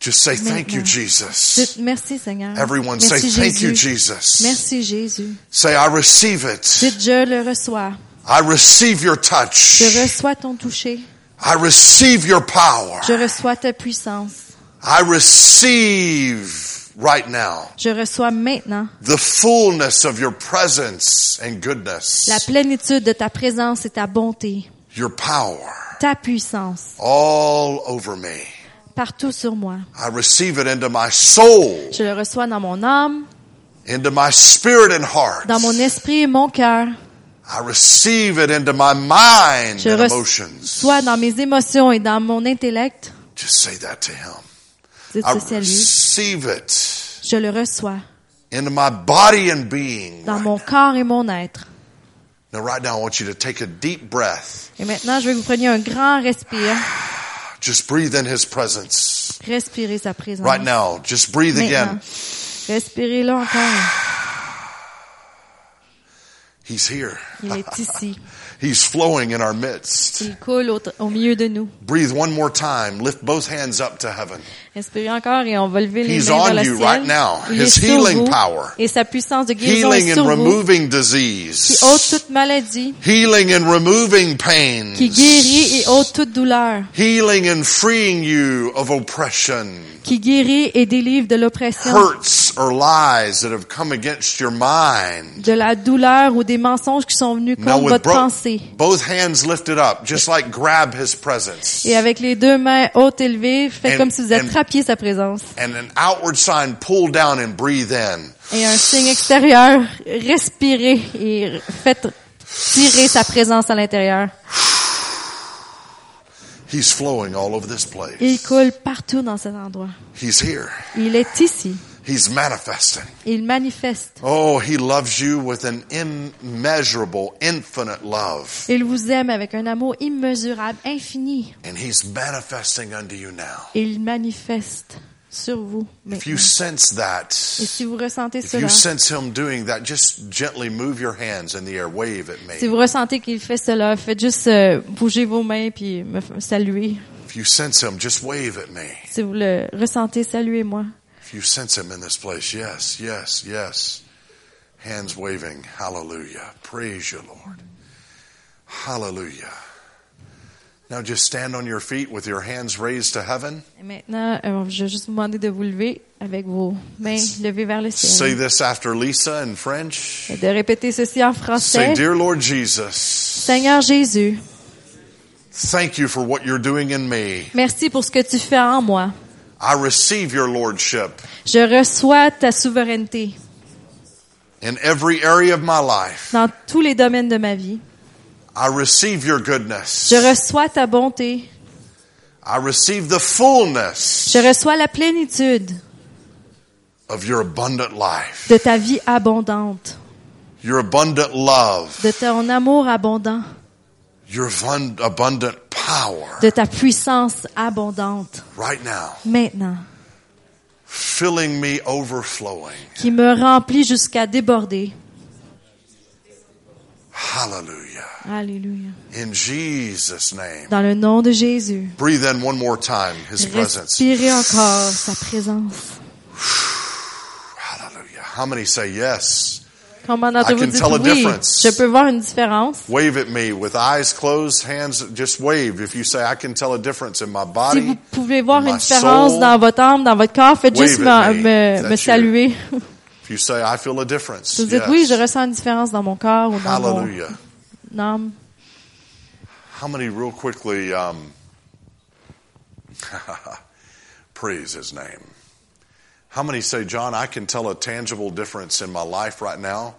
Just say thank you,
Maintenant.
Jesus.
Dites merci Seigneur.
Everyone say
Merci
thank you,
Jésus.
Jesus.
Merci Jésus.
Say, I receive it.
Dites je le reçois.
I receive your touch.
Je reçois ton toucher.
I receive your power.
Je reçois ta puissance.
I receive right now
Je reçois maintenant
the fullness of your presence and goodness,
la plénitude de ta présence et ta bonté,
your power
ta puissance
all over me.
partout sur moi.
I receive it into my soul,
Je le reçois dans mon âme,
into my spirit and heart.
dans mon esprit et mon cœur.
I receive it into my mind
Je
and emotions.
reçois dans mes émotions et dans mon intellect.
Just say that to him.
Dites
I
ceci à lui.
receive it
Je le reçois
into my body and being.
dans
right
mon
now.
corps et mon être.
now, right now, I want you to take a deep breath.
Et maintenant, je veux que vous preniez un grand respire.
Just breathe in his presence.
Respirez sa présence.
Right now, just breathe
Maintenant.
again.
Respirez-le encore.
He's here.
Il est ici.
He's flowing in our midst.
Il coule au, au milieu de nous.
Breathe one more time. Lift both hands up to heaven.
Respirez encore et on va lever les
He's
mains
on
vers le
you
ciel.
right now.
Il
His
est sur
healing
vous
power.
et sa puissance de guérison
Healing
est
and
sur vous.
removing
Qui
disease.
ôte toute maladie,
Healing and removing Mm.
qui
pains.
guérit et ôte toute douleur,
Healing and freeing you of oppression,
qui guérit et délivre de l'oppression,
hurts or lies that have come against your mind.
de la douleur ou des mensonges qui sont venus
Now
contre
with
votre
bro-
pensée.
both hands lifted up, just like grab his presence.
Et avec les deux mains hautes élevées, faites
And-
comme si vous
and-
attrapiez sa présence.
And an outward sign, pull down and breathe in.
et un signe extérieur, respirez et faites tirer sa présence à l'intérieur.
He's flowing all over this place.
Il coule partout dans cet endroit.
He's here.
Il est ici.
He's manifesting.
Il manifeste.
Oh, he loves you with an immeasurable, infinite love.
Il vous aime avec un amour immesurable, infini.
And he's manifesting unto you now.
Il manifeste sur vous.
If you
maintenant.
sense
Et
that,
si vous ressentez
if you
cela,
sense him doing that, just gently move your hands in the air, wave at
si
me.
vous ressentez qu'il fait cela, faites juste euh, bouger vos mains puis me f- saluer.
If you sense him, just wave at me.
Si vous le ressentez, saluez-moi.
If you sense him in this place, yes, yes, yes. Hands waving. Hallelujah. Praise you, Lord. Hallelujah. Now just stand on your feet with your hands raised to heaven.
Et maintenant, euh, je vais juste vous demander de vous lever avec vos mains levées vers le ciel.
Say this after Lisa in French.
Et de répéter ceci en
Say,
français.
Dear Lord Jesus,
Seigneur Jésus,
thank you for what you're doing in me.
merci pour ce que tu fais en moi.
I receive your lordship
Je reçois ta souveraineté
in every area of my life.
dans tous les domaines de ma vie.
I receive your goodness.
Je reçois ta bonté.
I receive the fullness
Je reçois la plénitude
of your abundant life,
de ta vie abondante,
your abundant love.
de ton amour abondant,
your abun- abundant power
de ta puissance abondante.
right now.
Maintenant,
filling me overflowing.
qui me remplit jusqu'à déborder.
Hallelujah.
Alléluia.
In Jesus' name.
Dans le nom de Jésus.
Breathe in one more time His presence.
Respirez encore sa présence.
Hallelujah. How many say yes?
Comment
I
d'entre-vous
can
dites
tell a
oui?
difference.
Je peux voir une différence.
Wave at me with eyes closed, hands just wave. If you say, I can tell a difference in my
Si vous
body,
pouvez voir
my
une différence
soul.
dans votre âme, dans votre corps, faites
Wave
juste
at
me,
me.
me- me
That's
saluer.
if you say, I feel a difference.
Vous dites
yes.
oui, je ressens une différence dans mon corps ou dans
Hallelujah.
mon âme.
How many, real quickly, um, praise his name? How many say, John, I can tell a tangible difference in my life right now?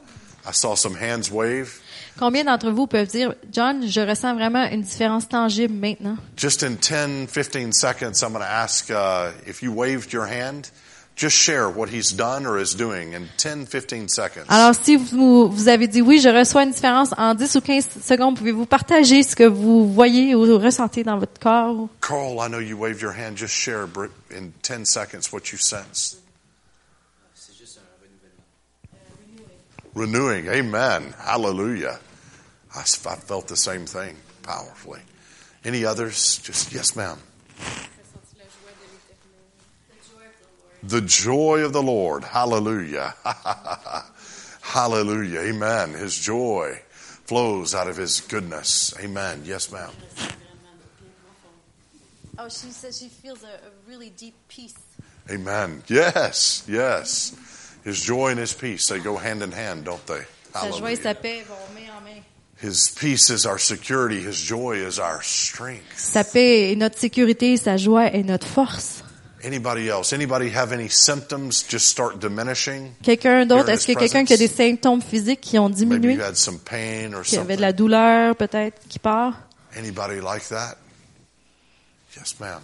I saw some hands wave.
Combien d'entre vous peuvent dire, John, je ressens vraiment une différence tangible maintenant?
Just in 10, 15 seconds, I'm going to ask uh, if you waved your hand, just share what he's done or is doing in 10, 15 seconds.
Alors, si vous, vous avez dit oui, je reçois une différence en 10 ou 15 secondes, pouvez-vous partager ce que vous voyez ou ressentez dans votre corps?
Carl, I know you waved your hand. Just share br- in 10 seconds what you sensed. Renewing. Amen. Hallelujah. I, s- I felt the same thing powerfully. Any others? Just, yes, ma'am. The joy of the Lord. Hallelujah. Hallelujah. Amen. His joy flows out of his goodness. Amen. Yes, ma'am.
Oh, she says she feels a, a really deep peace.
Amen. Yes, yes. His joy and his peace, they go hand in hand, don't they?
Sa joie et
Hallelujah.
sa paix vont main en main.
His peace is our security, his joy is our strength.
Sa paix est notre sécurité, sa joie est notre force.
Anybody else? Anybody have any symptoms just start diminishing?
Quelqu'un d'autre,
Here in
est-ce que
his
quelqu'un qui a des
presence.
symptômes physiques qui ont
Maybe
diminué,
you had some pain or
qui avait
something.
de la douleur peut-être, qui part?
Anybody like that? Yes, ma'am.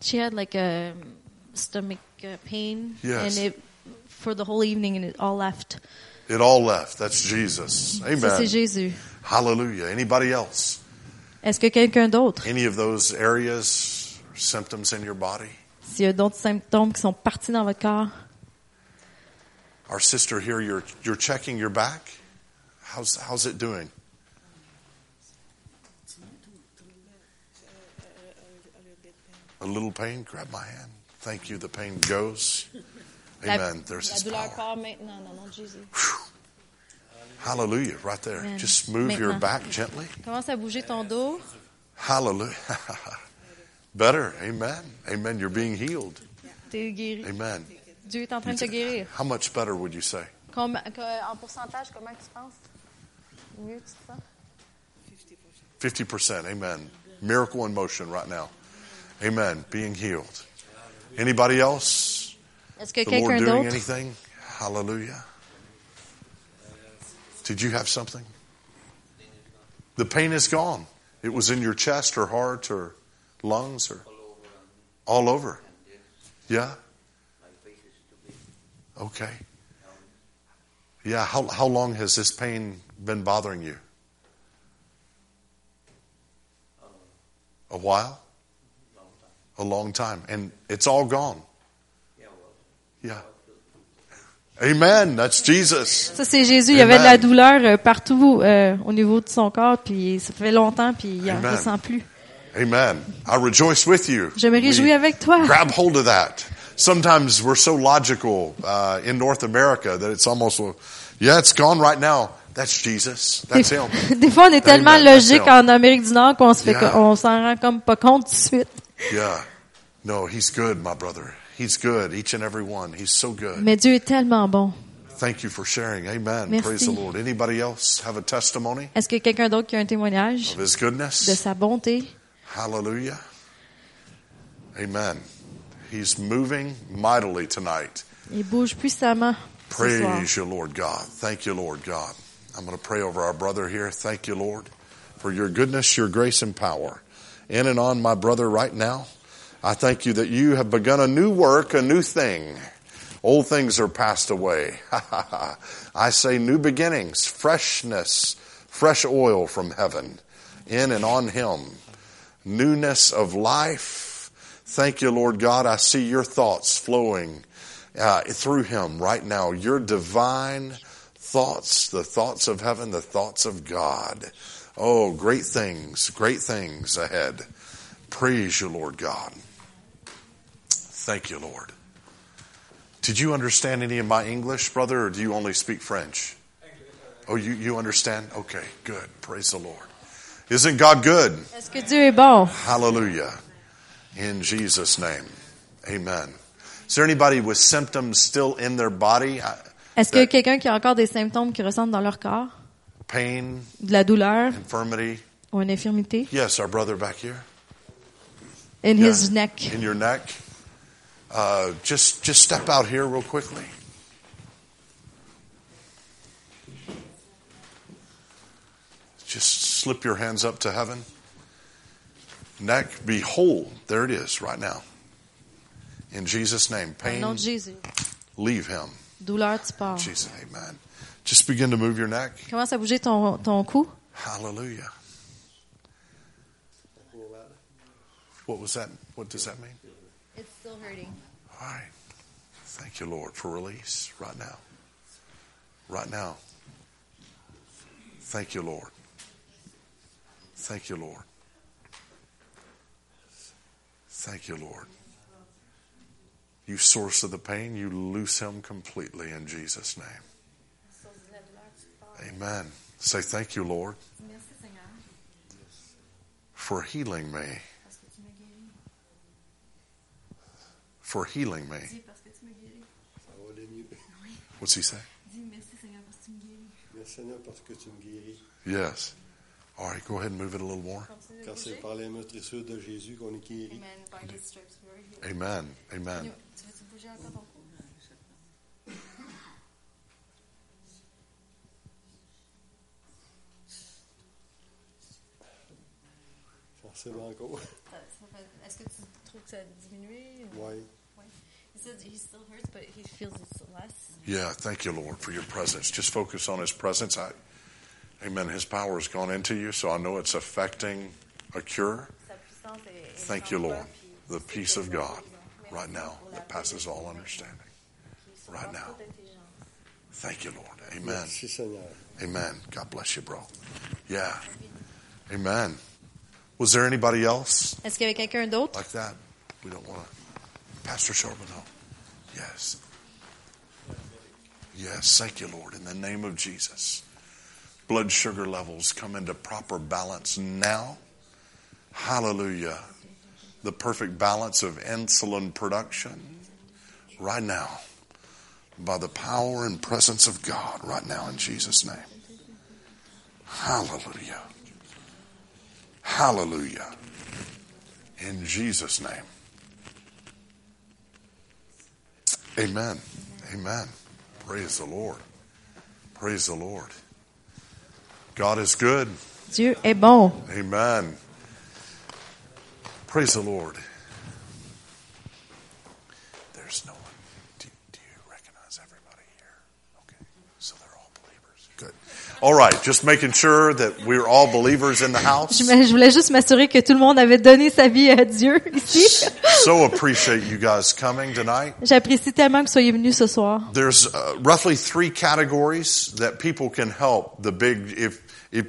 She had like a um, stomach uh, pain,
Yes.
and it for the whole evening, and it all left.
It all left. That's Jesus.
Ça, c'est
Amen.
Jésus.
Hallelujah. Anybody else?
Est-ce que quelqu'un d'autre,
Any of those areas or symptoms in your body?
s'il y a d'autres symptômes qui sont partis dans votre corps?
Our sister here, you're, you're checking your back. How's, how's it doing? A little pain? Grab my hand. Thank you. The pain goes. Amen. There's his power.
maintenant, non, non, Jésus.
Hallelujah. Right there.
Amen.
Just move your
Maintenant.
back gently.
Commence à bouger ton dos.
Hallelujah. Better. Amen. Amen. You're being healed.
T'es guéri.
Amen.
Dieu est en train de te guérir.
How much better would you say?
Com- que- en pourcentage, comment tu penses? Mieux, tu te sens?
50%. Amen. Miracle in motion right now. Amen. Being healed. Anybody else?
Est-ce que
The Lord
quelqu'un
doing
d'autre?
anything? Hallelujah. Did you have something? The pain is gone. It was in your chest or heart or lungs or all over. Yeah. Okay. Yeah. How, how long has this pain been bothering you? A while? A long time. And it's all gone. Yeah. Amen. That's Jesus.
Ça, c'est Jésus. Il y avait de la
Amen.
douleur euh, partout euh, au niveau de son corps, puis ça fait longtemps, puis il en
Amen.
ressent plus.
Amen. I rejoice with you.
Je me réjouis
We
avec toi.
Grab hold of that. Sometimes we're so logical uh, in North America that it's almost, well, yeah, it's gone right now. That's Jesus.
Des,
That's Him.
des fois, on est tellement
Amen. That's
logique
him.
en Amérique du Nord qu'on se fait,
Yeah.
qu'on s'en rend comme pas compte tout de suite.
Yeah. No, He's good, my brother. He's good, each and every one. He's so good.
Mais Dieu est tellement bon.
Thank you for sharing. Amen.
Merci.
Praise the Lord. Anybody else have a testimony
Est-ce que quelqu'un d'autre qui a un témoignage
of His
de
goodness?
sa bonté?
Hallelujah. Amen. He's moving mightily tonight.
Il bouge puissamment ce soir.
Praise you, Lord God. Thank you, Lord God. I'm going to pray over our brother here. Thank you, Lord, for your goodness, your grace, and power. In and on my brother right now. I thank you that you have begun a new work, a new thing. Old things are passed away. I say new beginnings, freshness, fresh oil from heaven in and on him, newness of life. Thank you, Lord God. I see your thoughts flowing uh, through him right now. Your divine thoughts, the thoughts of heaven, the thoughts of God. Oh, great things, great things ahead. Praise you, Lord God. Thank you, Lord. Did you understand any of my English, brother, or do you only speak French? Oh, you, you understand? Okay, good. Praise the Lord. Isn't God good?
Est-ce que Dieu est bon?
Hallelujah. In Jesus' name. Amen. Is there anybody with symptoms still in their body? Uh, I-
Est-ce qu'il y a
that
quelqu'un qui a encore des symptômes qui ressentent dans leur corps?
pain,
De la douleur
infirmity?
ou une infirmité?
Yes, our brother back here.
In
Yeah.
his neck.
In your neck. Uh, just just step out here real quickly. Just slip your hands up to heaven. Neck, be whole. There it is right now. In Jesus' name.
Au
Pain,
nom de Jésus.
leave him.
Douleur, tu pars.
Jesus, amen. Just begin to move your neck.
Commence à bouger ton, ton cou.
Hallelujah. What was that? What does that mean? All right. Thank you, Lord, for release right now. Right now. Thank you, Lord. Thank you, Lord. Thank you, Lord. You source of the pain, you loose him completely in Jesus' name. Amen. Say thank you, Lord, for healing me. For healing me. What's he say?
Merci Seigneur parce que tu me guéris.
Yes. All right, go ahead and move it a little more.
Car c'est par les meurtrissures de Jésus qu'on est guéri.
Amen. Amen.
Forcément encore.
Est-ce que tu trouves que ça a diminué?
Oui.
He said he still hurts, but he feels it's less.
Yeah, thank you, Lord, for your presence. Just focus on His presence. I, amen. His power has gone into you, so I know it's affecting a cure.
Sa puissance est. est
Thank you, Lord. The peace of God right now that passes all understanding. Right now. Thank you, Lord. Amen.
Merci Seigneur.
Amen. God bless you, bro. Yeah. Amen. Was there anybody else?
Est-ce qu'il y avait quelqu'un d'autre?
like that. We don't want to. Pastor Charbonneau. Yes. Yes. Thank you, Lord. In the name of Jesus. Blood sugar levels come into proper balance now. Hallelujah. The perfect balance of insulin production right now by the power and presence of God right now in Jesus' name. Hallelujah. Hallelujah. In Jesus' name. Amen. Amen. Praise the Lord. Praise the Lord. God is good.
Dieu est bon.
Amen. Praise the Lord. There's no one. Do, do you recognize everybody here? Okay. So they're all believers. Good. All right. Just making sure that we're all believers in the house.
Je, me- je voulais juste m'assurer que tout le monde avait donné sa vie à Dieu ici.
So appreciate you guys coming tonight.
J'apprécie tellement que vous soyez venus ce soir.
there's uh, roughly three categories that people can help the big if if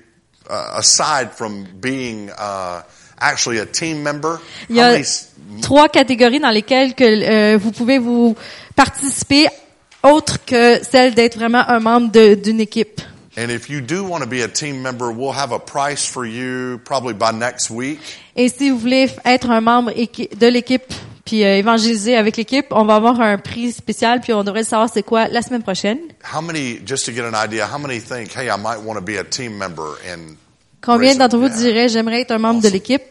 uh, aside from being uh, actually a team member
Il y a
how many s-
trois catégories dans lesquelles que euh, vous pouvez vous participer, autre que celle d'être vraiment un membre de- d'une équipe.
and if you do want to be a team member we'll have a price for you probably by next week
Et si vous voulez f- être un membre équi- de l'équipe, puis euh, évangéliser avec l'équipe, on va avoir un prix spécial, puis on devrait le savoir c'est quoi la semaine prochaine.
how many just to get an idea how many think hey i might want to be a team member and
Combien
raise it?
d'entre vous
Yeah.
diraient j'aimerais être un membre de l'équipe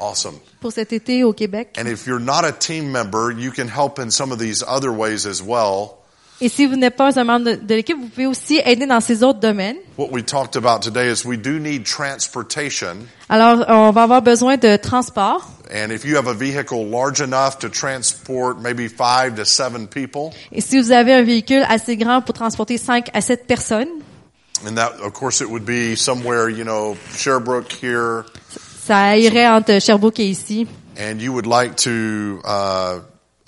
awesome
pour cet été au Québec?
and if you're not a team member you can help in some of these other ways as well
Et si vous n'êtes pas un membre de, de l'équipe, vous pouvez aussi aider dans ces autres domaines.
what we talked about today is we do need transportation
Alors, euh, on va avoir besoin de transport.
And if you have a vehicle large enough to transport maybe five to seven people,
Et si vous avez un véhicule assez grand pour transporter 5 à 7 personnes,
and that, of course, it would be somewhere, you know, Sherbrooke here,
ça irait entre Sherbrooke et ici.
and you would like to uh,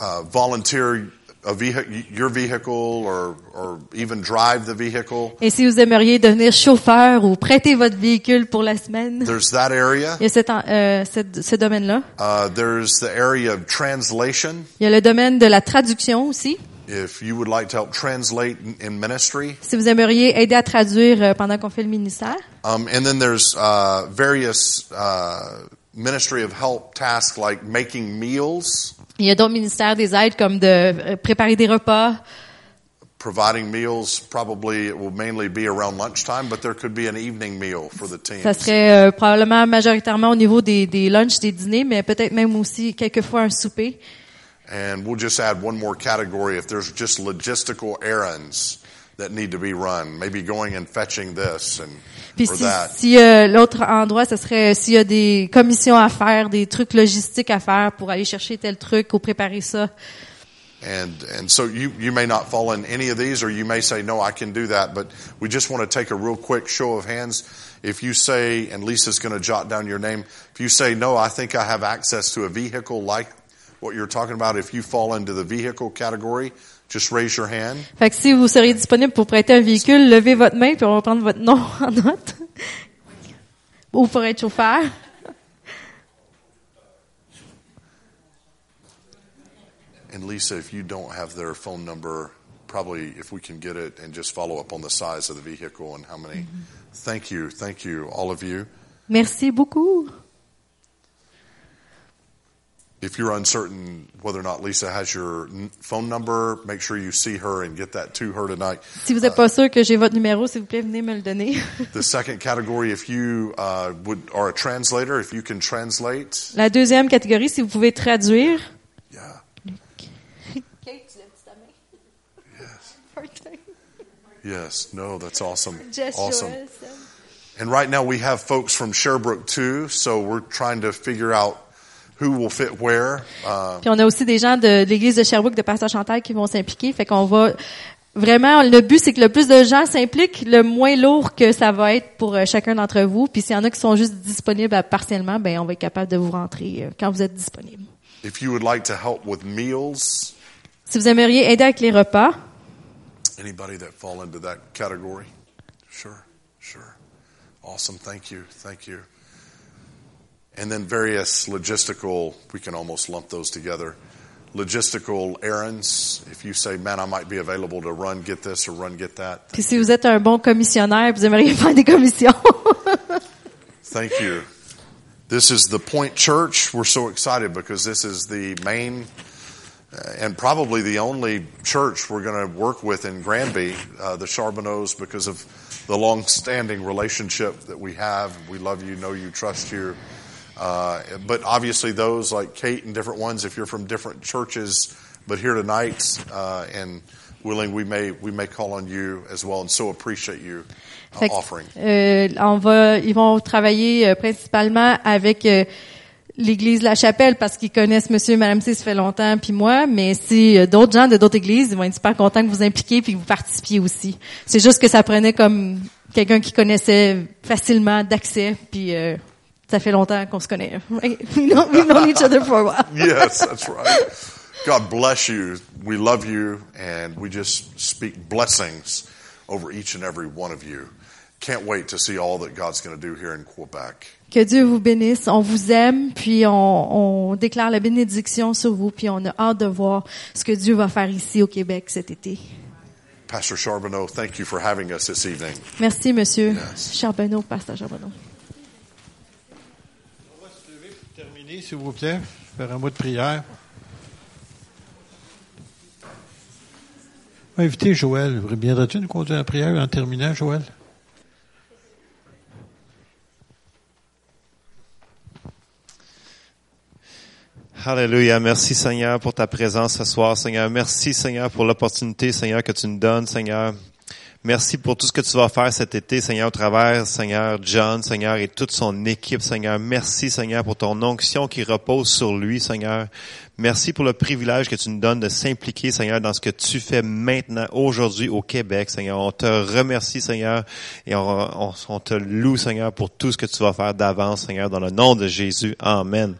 uh, volunteer a vehi- your vehicle or, or even drive the vehicle,
Et si vous aimeriez devenir chauffeur ou prêter votre véhicule pour la semaine,
there's that area.
il y a cet en- euh, cette- ce domaine-là.
Uh, there's the area of translation.
Il y a le domaine de la traduction aussi.
If you would like to help translate in- in ministry,
Si vous aimeriez aider à traduire euh, pendant qu'on fait le ministère.
um, and then there's uh, various uh, ministry of help tasks like making meals,
Il y a d'autres ministères des aides comme de euh, préparer des repas.
providing meals. Probably it will mainly be around lunchtime, but there could be an evening meal for the team.
Ça serait euh, probablement majoritairement au niveau des, des lunchs, des dîners, mais peut-être même aussi quelquefois un souper.
And we'll just add one more category if there's just logistical errands that need to be run, maybe going and fetching this and
Puis
or
si,
that.
si, euh, l'autre endroit, ce serait euh, s'il y a des commissions à faire, des trucs logistiques à faire pour aller chercher tel truc ou préparer ça.
And and so you you may not fall in any of these or you may say no I can do that, but we just want to take a real quick show of hands. If you say and Lisa's going to jot down your name, if you say no, I think I have access to a vehicle like what you're talking about, if you fall into the vehicle category, just raise your hand.
Fait que si vous seriez disponible pour prêter un véhicule, levez votre main puis on va prendre votre nom en note. Ou pour être chauffeur.
And Lisa, if you don't have their phone number, probably if we can get it and just follow up on the size of the vehicle and how many. Thank you, thank you, all of you.
Merci beaucoup.
If you're uncertain whether or not Lisa has your n- phone number, make sure you see her and get that to her tonight.
Si vous n'êtes pas sûr que j'ai votre numéro, s'il vous plaît, venez me le donner.
The second category, if you uh, would are a translator, if you can translate,
La deuxième catégorie, si vous pouvez traduire.
yeah,
Kate, tu lèves ta main.
yes,
Part-time.
yes, no, that's awesome,
Just
awesome.
Joël, Sam.
And right now we have folks from Sherbrooke too, so we're trying to figure out who will fit where. Uh,
Puis on a aussi des gens de l'église de Sherbrooke, de Pasteur Chantal, qui vont s'impliquer. Fait qu'on va vraiment. Le but, c'est que le plus de gens s'impliquent, le moins lourd que ça va être pour euh, chacun d'entre vous. Puis s'il y en a qui sont juste disponibles à- partiellement, ben on va être capable de vous rentrer euh, quand vous êtes disponible.
if you would like to help with meals,
Si vous aimeriez aider avec les repas,
anybody that fall into that category, sure, sure, awesome. Thank you, thank you. And then various logistical, we can almost lump those together. Logistical errands. If you say, "Man, I might be available to run get this or run get that,"
puis si vous êtes un bon commissionnaire, vous aimeriez faire des commissions.
Thank you. This is the Point Church. We're so excited because this is the main uh, and probably the only church we're going to work with in Granby, uh, the Charbonneaus, because of the long-standing relationship that we have. We love you, know you, trust you. Uh, but obviously, those like Kate and different ones, if you're from different churches, but here tonight uh, and willing, we may we may call on you as well, and so appreciate you uh,
Fait que,
offering.
euh, on va, ils vont travailler euh, principalement avec euh, l'église La Chapelle parce qu'ils connaissent Monsieur, et Madame C, ça fait longtemps, puis moi. Mais si euh, d'autres gens de d'autres églises, ils vont être super contents que vous impliquiez puis que vous participiez aussi. C'est juste que ça prenait comme quelqu'un qui connaissait facilement d'accès, puis euh, ça fait longtemps qu'on se connaît. Right? We know, we've known each other for a while.
yes, that's right. God bless you. We love you, and we just speak blessings over each and every one of you. Can't wait to see all that God's going to do here in Quebec.
Que Dieu vous bénisse. On vous aime, puis on, on déclare la bénédiction sur vous, puis on a hâte de voir ce que Dieu va faire ici au Québec cet été.
Pastor Charbonneau, thank you for having us this evening.
Merci, Monsieur
Yes.
Charbonneau, Pasteur Charbonneau.
On va se lever pour terminer, s'il vous plaît. Faire un mot de prière. On va inviter Joël. Reviendras-tu nous conduire la prière en terminant, Joël?
Alléluia. Merci Seigneur pour ta présence ce soir, Seigneur. Merci Seigneur pour l'opportunité, Seigneur, que tu nous donnes, Seigneur. Merci pour tout ce que tu vas faire cet été, Seigneur, au travers, Seigneur, John, Seigneur, et toute son équipe, Seigneur. Merci, Seigneur, pour ton onction qui repose sur lui, Seigneur. Merci pour le privilège que tu nous donnes de s'impliquer, Seigneur, dans ce que tu fais maintenant, aujourd'hui, au Québec, Seigneur. On te remercie, Seigneur, et on, on- on te loue, Seigneur, pour tout ce que tu vas faire d'avance, Seigneur, dans le nom de Jésus. Amen.